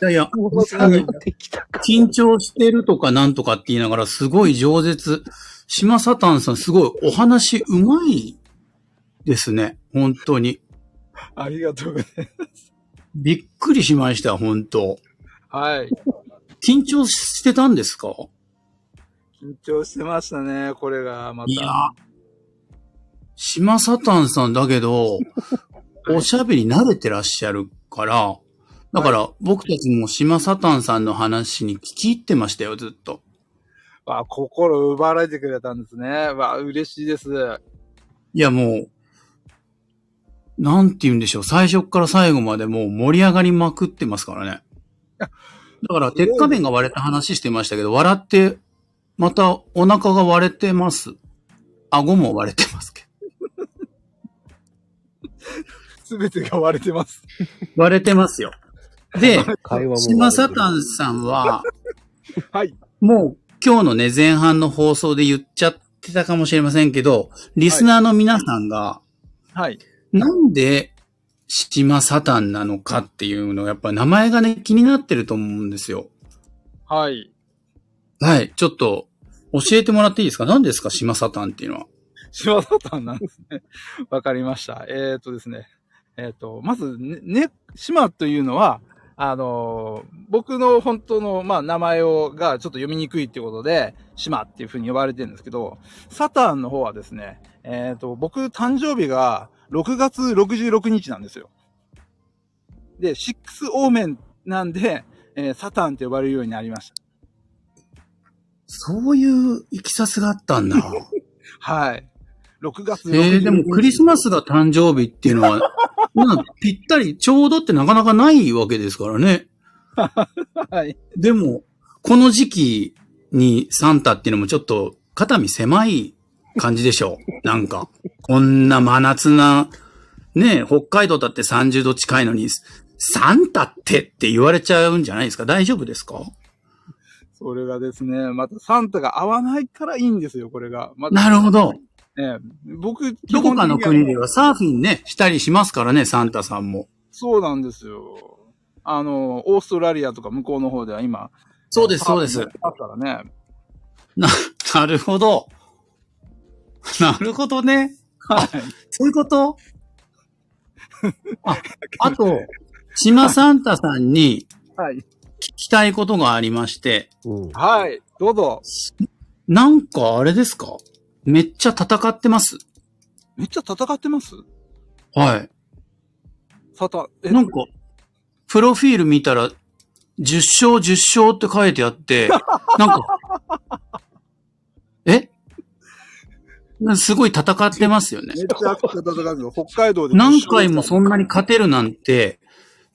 いやいや、
サタンできたか。
緊張してるとかなんとかって言いながら、すごい饒舌。島サタンさん、すごいお話うまいですね。本当に。
ありがとうございます。
びっくりしました、本当。
はい。
緊張してたんですか
緊張してましたね、これが、また。
いやー。島サタンさんだけ <laughs> ど、おしゃべり慣れてらっしゃるから、だから僕たちも島サタンさんの話に聞き入ってましたよ、ずっと。
わあ、心奪われてくれたんですね。わあ、嬉しいです。
いや、もう、なんて言うんでしょう。最初から最後までもう盛り上がりまくってますからね。だから、鉄仮面が割れた話してましたけど、笑って、またお腹が割れてます。顎も割れてますけ
すべてが割れてます。
ど。割れてますよ。 <laughs> で、
会話も。
島サタン <laughs> さんは、
はい。
もう今日のね、前半の放送で言っちゃっててたかもしれませんけど、リスナーの皆さんが、
はい。
なんで、シチマサタンなのかっていうのが、やっぱ名前がね、気になってると思うんですよ。
はい。
はい。ちょっと、教えてもらっていいですか何ですかシマサタンっていうのは。
島サタンなんですね。わかりました。えっ、とですね。えっ、と、まずね、ね、島というのは、あのー僕の本当の、まあ、名前を、がちょっと読みにくいっていうことで、島っていうふうに呼ばれてるんですけど、サタンの方はですね、えっ、と、僕誕生日が6月66日なんですよ。で、シックスオーメンなんで、えーサタンって呼ばれるようになりました。
そういういきさつがあったんだ。
はい。6月
<laughs> えー、でもクリスマスが誕生日っていうの <laughs> は、まあ、ぴったり、ちょうどってなかなかないわけですからね。
はい。
でも、この時期にサンタっていうのもちょっと肩身狭い感じでしょう。なんか、こんな真夏な、ねえ北海道だって30度近いのに、サンタってって言われちゃうんじゃないですか大丈夫ですか
それがですね、またサンタが合わないからいいんですよ、これが。また
なるほど。
ええ僕、
どこかの
基本的に
国
は
ではサーフィンね、したりしますからね、サンタさんも。
そうなんですよ。あの、オーストラリアとか向こうの方では今。
そうです、そうです。
だからね。
な、なるほど。なるほどね。
はい。
そういうことあ、あと、島サンタさんに
はい。
聞きたいことがありまして、
うん。
はい。どうぞ。
なんかあれですかめっちゃ戦ってます。
めっちゃ戦ってます
は
サタン。え
い。なんか、プロフィール見たら、10勝10勝って書いてあって、 <laughs> なんか、えすごい戦ってますよね。
めっちゃ戦ってます。北海道で。
何回もそんなに勝てるなんて、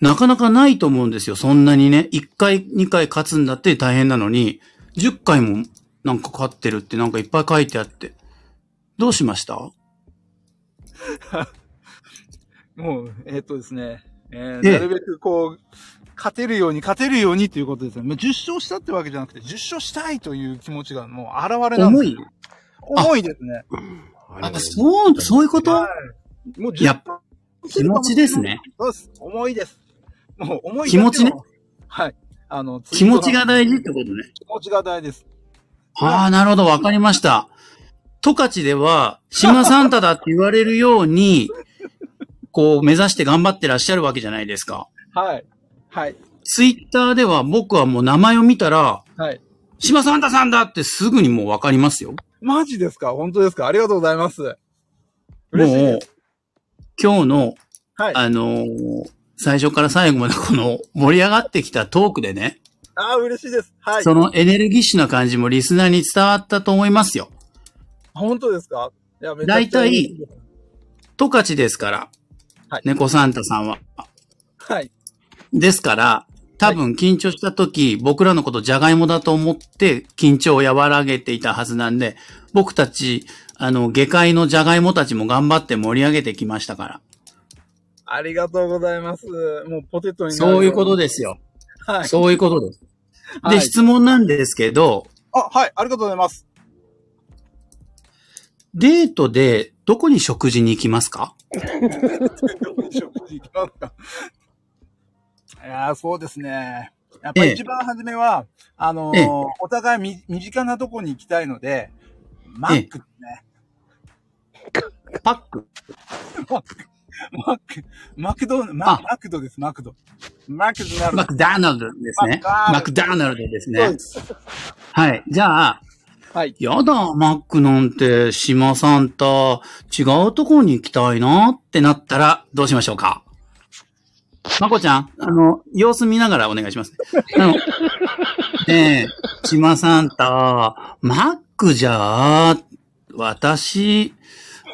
なかなかないと思うんですよ。そんなにね。1回、2回勝つんだって大変なのに、10回もなんか勝ってるってなんかいっぱい書いてあって。どうしました
もう、えっ、とですね。えー
ええ
なるべくこう、勝てるように、勝てるようにということですね。まあ10勝したってわけじゃなくて、10勝したいという気持ちがもう現れなんです
重い
重いですね。
あ
あ
り、がとう
そう、そういうこと
もう10
やっぱ、気持ちですね。
そうです。重いです。もう重い。
気持ちね。
はい。あの、
気持ちが
事。
大事ってことね。
気持ちが大事です。
ああ、なるほど。わかりました。十勝では、島サンタだって言われるように、こう、目指して頑張ってらっしゃるわけじゃないですか。
はい。はい。
ツイッターでは僕はもう名前を見たら、
はい。
島サンタさんだってすぐにもうわかりますよ。
マジですか本当ですかありがとうございます。嬉しい
もう
です。、
今日の、
はい。あ
あのー最初から最後までこの盛り上がってきたトークでね、
あー、嬉しいです。はい。
そのエネルギッシュな感じもリスナーに伝わったと思いますよ。
本当ですかいや、めちゃくちゃ
大体
嬉しいです。
トカチですから、
はい
猫サンタさんは。
はい。
ですから、多分緊張した時、僕らのことジャガイモだと思って緊張を和らげていたはずなんで、僕たち、あの、下界のジャガイモたちも頑張って盛り上げてきましたから。
ありがとうございます。もうポテトになる。
そういうこと
で。
ですよ。
はい。
そういうことです。
はい
で、質問なんですけど、
あ、はい。ありがとうございます。
デートでどこに食事に行きますか
<laughs> 食事行きますか。いやーそうですね。やっぱり一番初めは、あのー
ええ
お互いみ身近なとこに行きたいので、マックですね。
パック。
マック、マクド、
あ
ママクドです、マクド。マクドなる
マクダーナルドですね。マ
マ
ク
ク
ダーナルドで
そ
す
う
ね
で。す
はい。じゃあ、
はい。
やだ、マックなんて、島さんと違うとこに行きたいなってなったら、どうしましょうかまこちゃん、あの、様子見ながらお願いします。あの、 <laughs> ねえ、島さんと、マックじゃあ、私、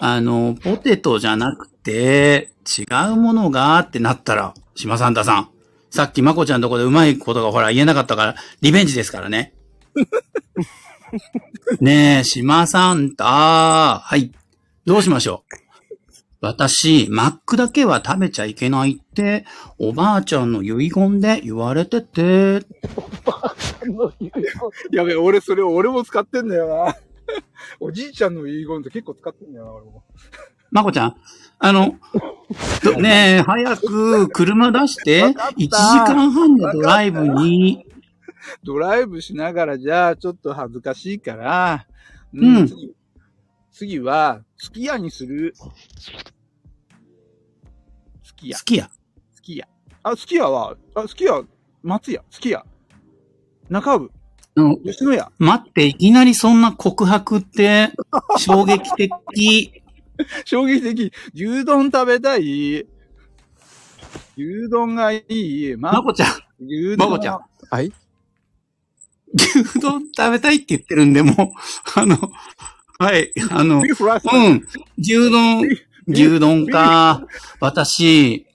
あの、ポテトじゃなくて、違うものがってなったら、島サンタさん。さっきまこちゃんのとこでうまいことがほら言えなかったから、リベンジですからね。ねえ、島サンタ、はい。どうしましょう私、マックだけは食べちゃいけないって、おばあちゃんの遺言で言われてて、
やべ、俺それを俺も使ってんだよな。 <laughs> おじいちゃんの遺言って結構使ってんだよな、俺も。
まこちゃん、
<laughs>
あの、どねえ、早く車出して、1
わかった
時間半のドライブに、
ドライブしながらじゃあ、ちょっと恥ずかしいから、
うん
次次は、すき家にする。すき家、
好きや。
すき家。あ、すき家は、あ、すき家、松屋、すき家。中部、
あの
吉野家、
待って、いきなりそんな告白って、衝撃
<laughs>
的。
衝撃的、牛丼食べたい。牛丼がいい。ま
まこちゃん、
牛
まこちゃん。
はい。
牛丼食べたいって言ってるんで、もう、あの、はい、あの、
ビーフライス
うん。牛丼、牛丼か。私、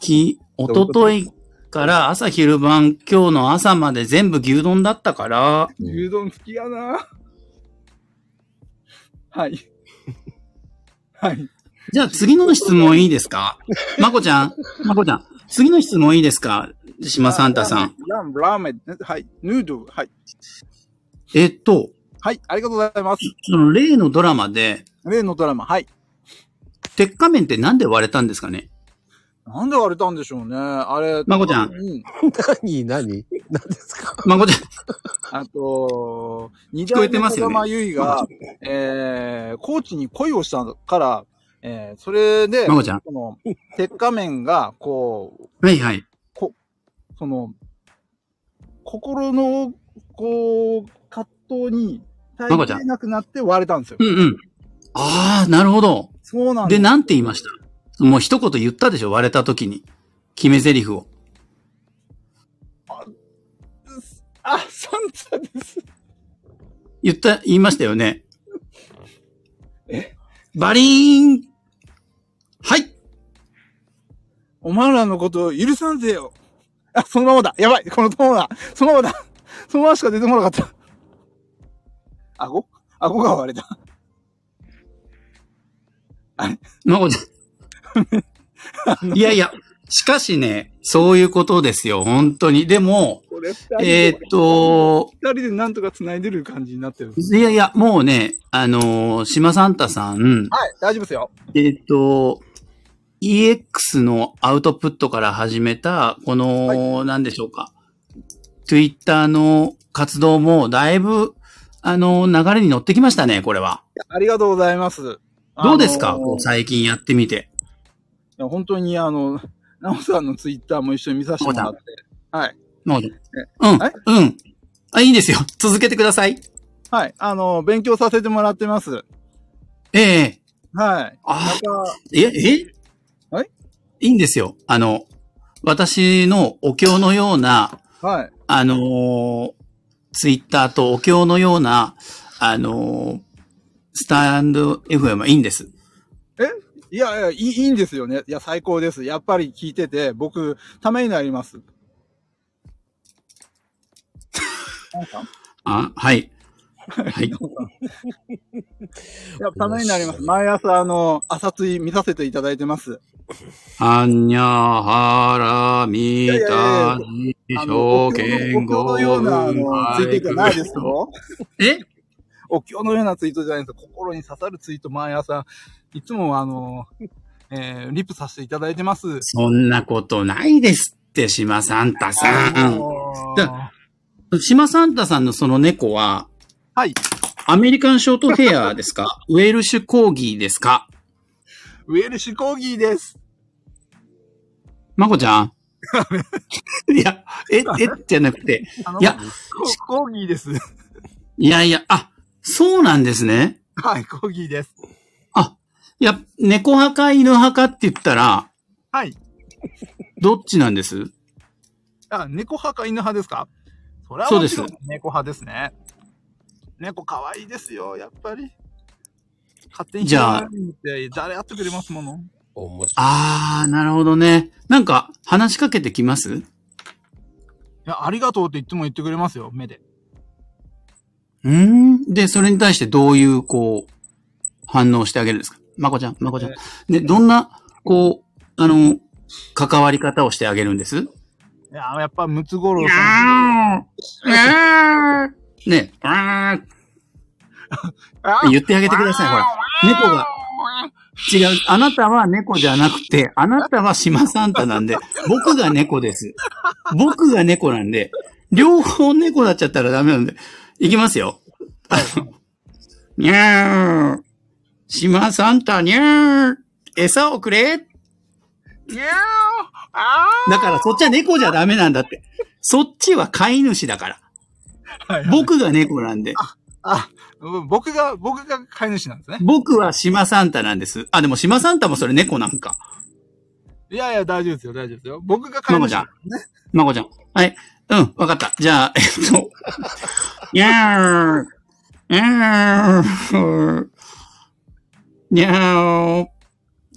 き、おとといから朝昼晩、今日の朝まで全部牛丼だったから、
牛丼好きやな。はい。はい。
じゃあ次の質問いいですかまこちゃん、まこちゃん、次の質問いいですか島サンタさん。。
ラーメン、ラーメン、はい。ヌードル、はい。
えっと、
はい、ありがとうございます。
その例のドラマで、
例のドラマ、はい。
鉄仮面ってなんで割れたんですかね
なんで割れたんでしょうね。あれ。
まこちゃん
うん。
何何何ですか
まこちゃん、
あと、二
聞こえ
代
て
目
ます
児
よね
玉ゆいが、えー、コーチに恋をしたから、えー、それで、
まこちゃん。
その、鉄仮面が、こう、
はいはい。
その、心の、こう、葛藤に耐
まこちゃ
えき
ん
れなくなって割れたんですよ
う。んうん。ああ、なるほど。
そうなんで
で、
す。
なんて言いましたもう一言言ったでしょ割れた時に。決め台詞を。
あ、サンタです。
言った、言いましたよね。
え
バリーンはい
お前らのことを許さんぜよ。あ、そのままだ。やばい。このままだ。そのままだ。そのまましか出てこなかった。顎顎が割れた。
まこちゃん。いやいや、しかしね、そういうことですよ、本当に。でも、
これ二人
えーっ、と、
二人でなんとか繋いでる感じになってる。
いやいや、もうね、あのー島サンタさん、
はい、大丈夫ですよ。
えーっ、と、EX のアウトプットから始めた、この、なんでしょうか。Twitter の活動も、だいぶ、あのー流れに乗ってきましたね、これは。
ありがとうございます。
どうですか、
あのー
こう最近やってみて。
いや本当にあの、ナオさんのツイッターも一緒に見させてもらって。はい。
なるほどうん、うん。あ、いいですよ。続けてください。
はい。あの、勉強させてもらってます。
ええ
はい。
あ
また、
え、え
はい
いいんですよ。あの、私のお経のような、
はい。
あのーツイッターとお経のような、あのースタンド FM はいいんです。
いやいやいい、いいんですよね。いや、最高です。やっぱり聞いてて、僕、ためになります。なんか
あ、はい。はい。
いや、ためになります。毎朝、あの、朝ツイ見させていただいてます。
あんにゃはらみたじ
あの、
証
お経
券
のお経のような、あの、ツイートじゃないですよ。
え
お経のようなツイートじゃないです。心に刺さるツイート、毎朝、いつも、あの、えー、リプさせていただいてます。
そんなことないですって、島サンタさ
あ
ん。
の
島サンタさんのその猫は、
はい。
アメリカンショートヘアですかウェルシュコーギーですか
ウェルシュコーギーです。
まこちゃ <laughs> んいや、え、え、じゃなくて。
あの
いや、
ココーギーです。
いやいや、あ、そうなんですね。
はい、コーギーです。
あ、いや、猫派か犬派かって言ったら、
はい。
どっちなんです
あ、猫派か犬派ですかそれは
そう
も
で
ち
す
ろん猫派ですね。猫可愛いですよ、やっぱり。勝手に
じゃあ
って誰やってくれますもの。
面白い。
あー、なるほどね。なんか、話しかけてきます
いや、ありがとうっていつも言ってくれますよ、目で。
うん。で、それに対してどういう、こう、反応してあげるんですかまこちゃん、まこちゃん
え。
で、どんな、こう、あの、関わり方をしてあげるんです
いや、やっぱムツゴロウさん。
ね、あー言ってあげてください、ほら。猫が。違う。あなたは猫じゃなくて、あなたは島サンタなんで、僕が猫です。僕が猫なんで、両方猫になっちゃったらダメなんで、いきますよ。あのにゃー。島サンタにゃー。餌をくれ。
にゃーあ
だからそっちは猫じゃダメなんだって。そっちは飼い主だから。僕が猫なんで。
ー僕が、僕が飼い主なんですね。
僕は島サンタなんです。あ、でも島サンタもそれ猫なんか。
いやいや、大丈夫ですよ、大丈夫ですよ。僕が飼い
まこ
主
ちゃん
な。
まこちゃん。はい。うん、わかった。じゃあ、えっと。 <laughs> にゃー。にゃー。にゃー。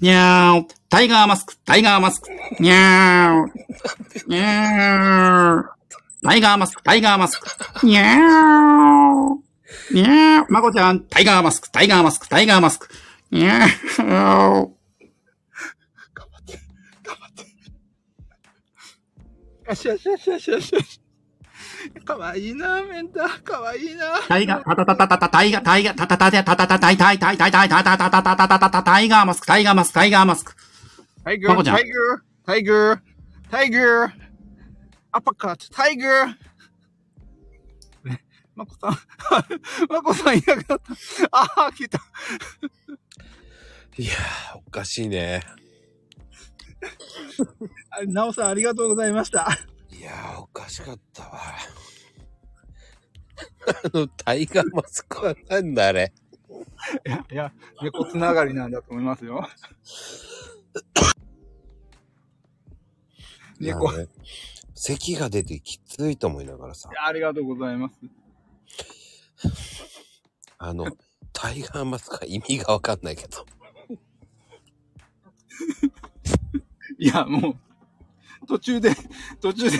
にゃー。タイガーマスク、タイガーマスク。にゃー。にゃー。タイガーマスク、タイガーマスク。にゃー。にゃー。まこちゃん、タイガーマスク、タイガーマスク、タイガーマスク。にゃー。
よしよしよしよしよしよし。かわいいな、メンター。かわいいな。
タイガー、タタタタタタタイガー、タイガー、タタタタタタタタイタイタイタイタイタタタタタタタタタタイガーマスク、タイガーマスク、タイガーマスク。
タイガ
まこ
ー、
ちゃん
タイガー、タイガー、タイガー、アッパーカット、タイガー。ね <laughs> まこさん、まこさんい <laughs> なくなった。ああ、来た。
いやー、おかしいね。
あなおさん、ありがとうございました。
いやー、おかしかったわ。 <laughs> あの、タイガーマスクはなんだあれ。
いや、 <laughs> いや、猫つながりなんだと思います <laughs> よ。猫、
なんかね。咳が出てきついと思いながらさ、
ありがとうございます。
あの、タイガーマスクは意味がわかんないけど。
いや、もう、途中で、途中で、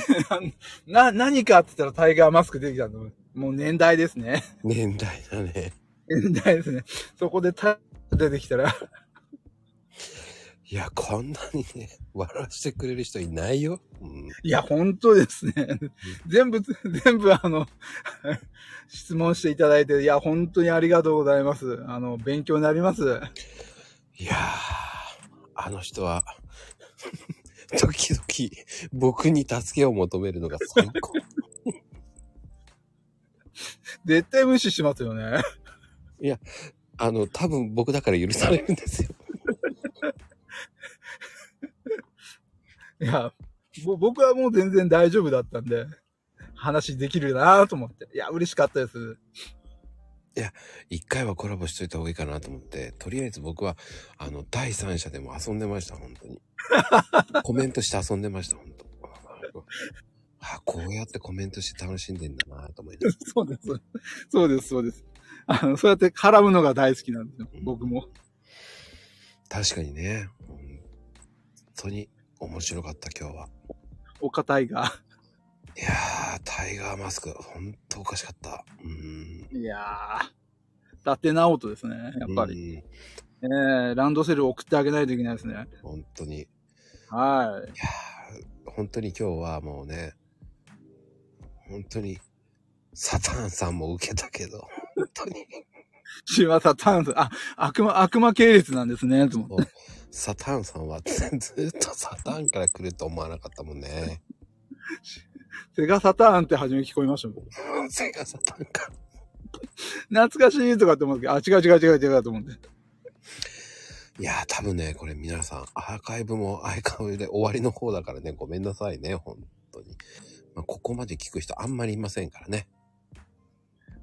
<laughs> な、な何かって言ったらタイガーマスク出てきたの。もう年代ですね。
年代だね。
年 <laughs> 代ですね。そこでタ出てきたら、 <laughs>
いや、こんなにね、 <laughs> 笑わせてくれる人いないよ。うん、
いや、本当ですね。全部、 <laughs> 全部あの、 <laughs> 質問していただいて、いや、本当にありがとうございます。あの、勉強になります。
いやー、あの人は、 <laughs> 時々僕に助けを求めるのが最高。
絶対無視しますよね。 <laughs>
あの、多分僕だから許されるんですよ。
いや、ぼ僕はもう全然大丈夫だったんで、話できるなと思って。いや、嬉しかったです。
一回はコラボしといた方がいいかなと思って、とりあえず僕は、あの、第三者でも遊んでました、本当に。コメントして遊んでました、本当。あ、こうやってコメントして楽しんでんだなと思いながら
そうです。 <laughs> そうです、そうです。あの、そうやって絡むのが大好きなんですよ。僕も。
確かにね、本当に面白かった、今日は。
お堅いが。
いやー、タイガーマスク、本当おかしかった。うーん。
いやー。伊達直人ですね、やっぱり。
り。
えー、ランドセル送ってあげないといけないですね。
本当に。い
はい。
やー本当に今日はもうね、本当に、サタンさんも受けたけど、本当に。 <laughs>
島田炭素、あ、悪魔、悪魔系列なんですね、と思っ
そ
て。
うサタンさんはずっとサタンから来ると思わなかったもんね。 <laughs>
セガサターンって初め聞こえましたもん。僕
セガサタンか。
懐かしいとかって思うんですけど、あ、違う違う違う違うと思って。
いやー、多分ね、これ皆さん、アーカイブも相変わりで終わりの方だからね、ごめんなさいね、本当に。まあ、ここまで聞く人あんまりいませんからね。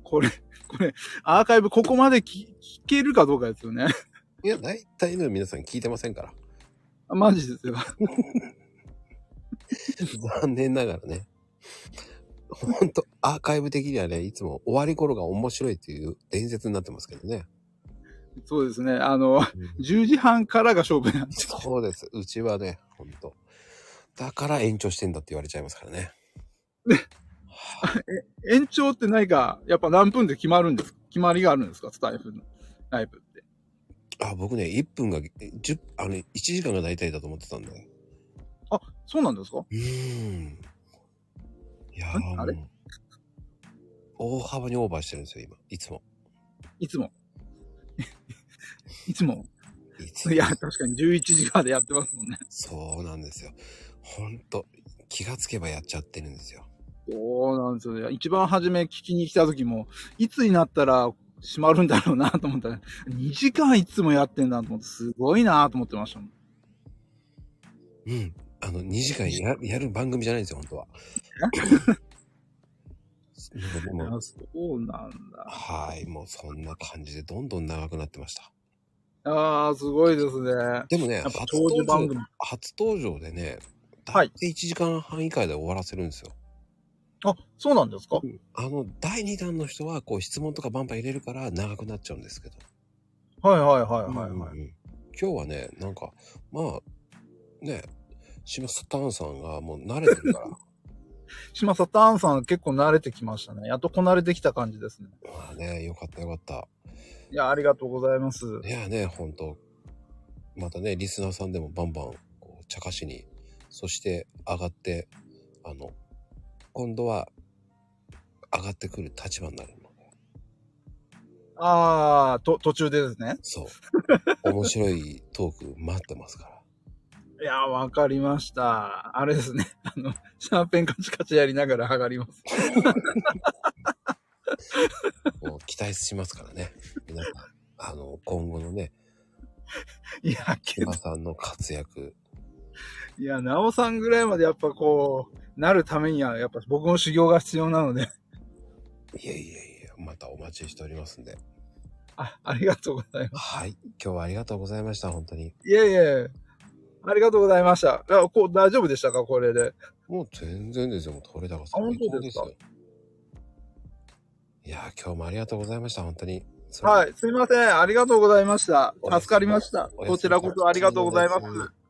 これ、これ、アーカイブここまで聞聞けるかどうかですよね。
いや、大体の皆さん聞いてませんから。 <laughs>
あマジですよ。
残念ながらね。ほんと、アーカイブ的にはね、いつも終わり頃が面白いっていう伝説になってますけどね。
そうですね。あの、10時半からが勝負なんで。
そうです。うちはね、ほんと。だから延長してんだって言われちゃいますからね。
延長って何か、やっぱ何分で決まるんですか決まりがあるんですかスタイフのライブって。
あ、僕ね、1分が、10、あの、1時間が大体だと思ってたんだよ。
そうなんですか
うーん。いやー
あれ
もう大幅にオーバーしてるんですよ、今。いつも。
いつも。 <laughs> いつも。いや、確かに11時までやってますもんね。
そうなんですよ。ほんと、気がつけばやっちゃってるんですよ。
そうなんですよ。一番初め聞きに来た時も、いつになったら閉まるんだろうなと思ったら、2時間いつもやってんだと思って、すごいなと思ってましたもん。
うん。あの、2時間ややる番組じゃないんですよ、本当は。 <laughs> なんかでも
あそうなんだ。
はい、もうそんな感じでどんどん長くなってました。
ああ、すごいですね。
でもね、
やっぱ
初
長寿
登
番組
場、。初登場でね、
はい
で1時間半以下で終わらせるんですよ。
あ、そうなんですか
あの、第2弾の人は、こう、質問とかバンバン入れるから長くなっちゃうんですけど。
はいはいはいはい
うんうん
は
う
い。
ん今日はね、なんか、まあ、ね、島スターンさんがもう慣れて
<laughs>
るから、
島佐丹さん結構慣れてきましたね。やっとこなれてきた感じですね。
まあね、よかったよかった。
いや、ありがとうございます。
いやね、ほんと、またね、リスナーさんでもバンバン、こう、茶化しに、そして上がって、あの、今度は、上がってくる立場になるので、
ああ、と、途中でですね。 <laughs>
そう。面白いトーク待ってますから。
いや、わかりました。あれですね。 <laughs> あの、シャーペンカチカチやりながら上がります。
もう期待しますからね。皆さん、あの、今後のね、
<laughs> いや、けど
島、さんの活躍、
いや、なおさんぐらいまでやっぱこう、なるためには、やっぱ僕の修行が必要なので、 <laughs>
いやいやいや、またお待ちしておりますんで。
あ、ありがとうございます。
はい。今日はありがとうございました、本当に。
いえいえ、ありがとうございました。いやこう大丈夫でしたかこれで。
もう全然ですよ、もう取れ高さ
あ本当ですか
いやー、今日もありがとうございました、本当に。それでは
はい、すいません。ありがとうございました。助かりました。
おやすみ
こちらこそありがとうございます。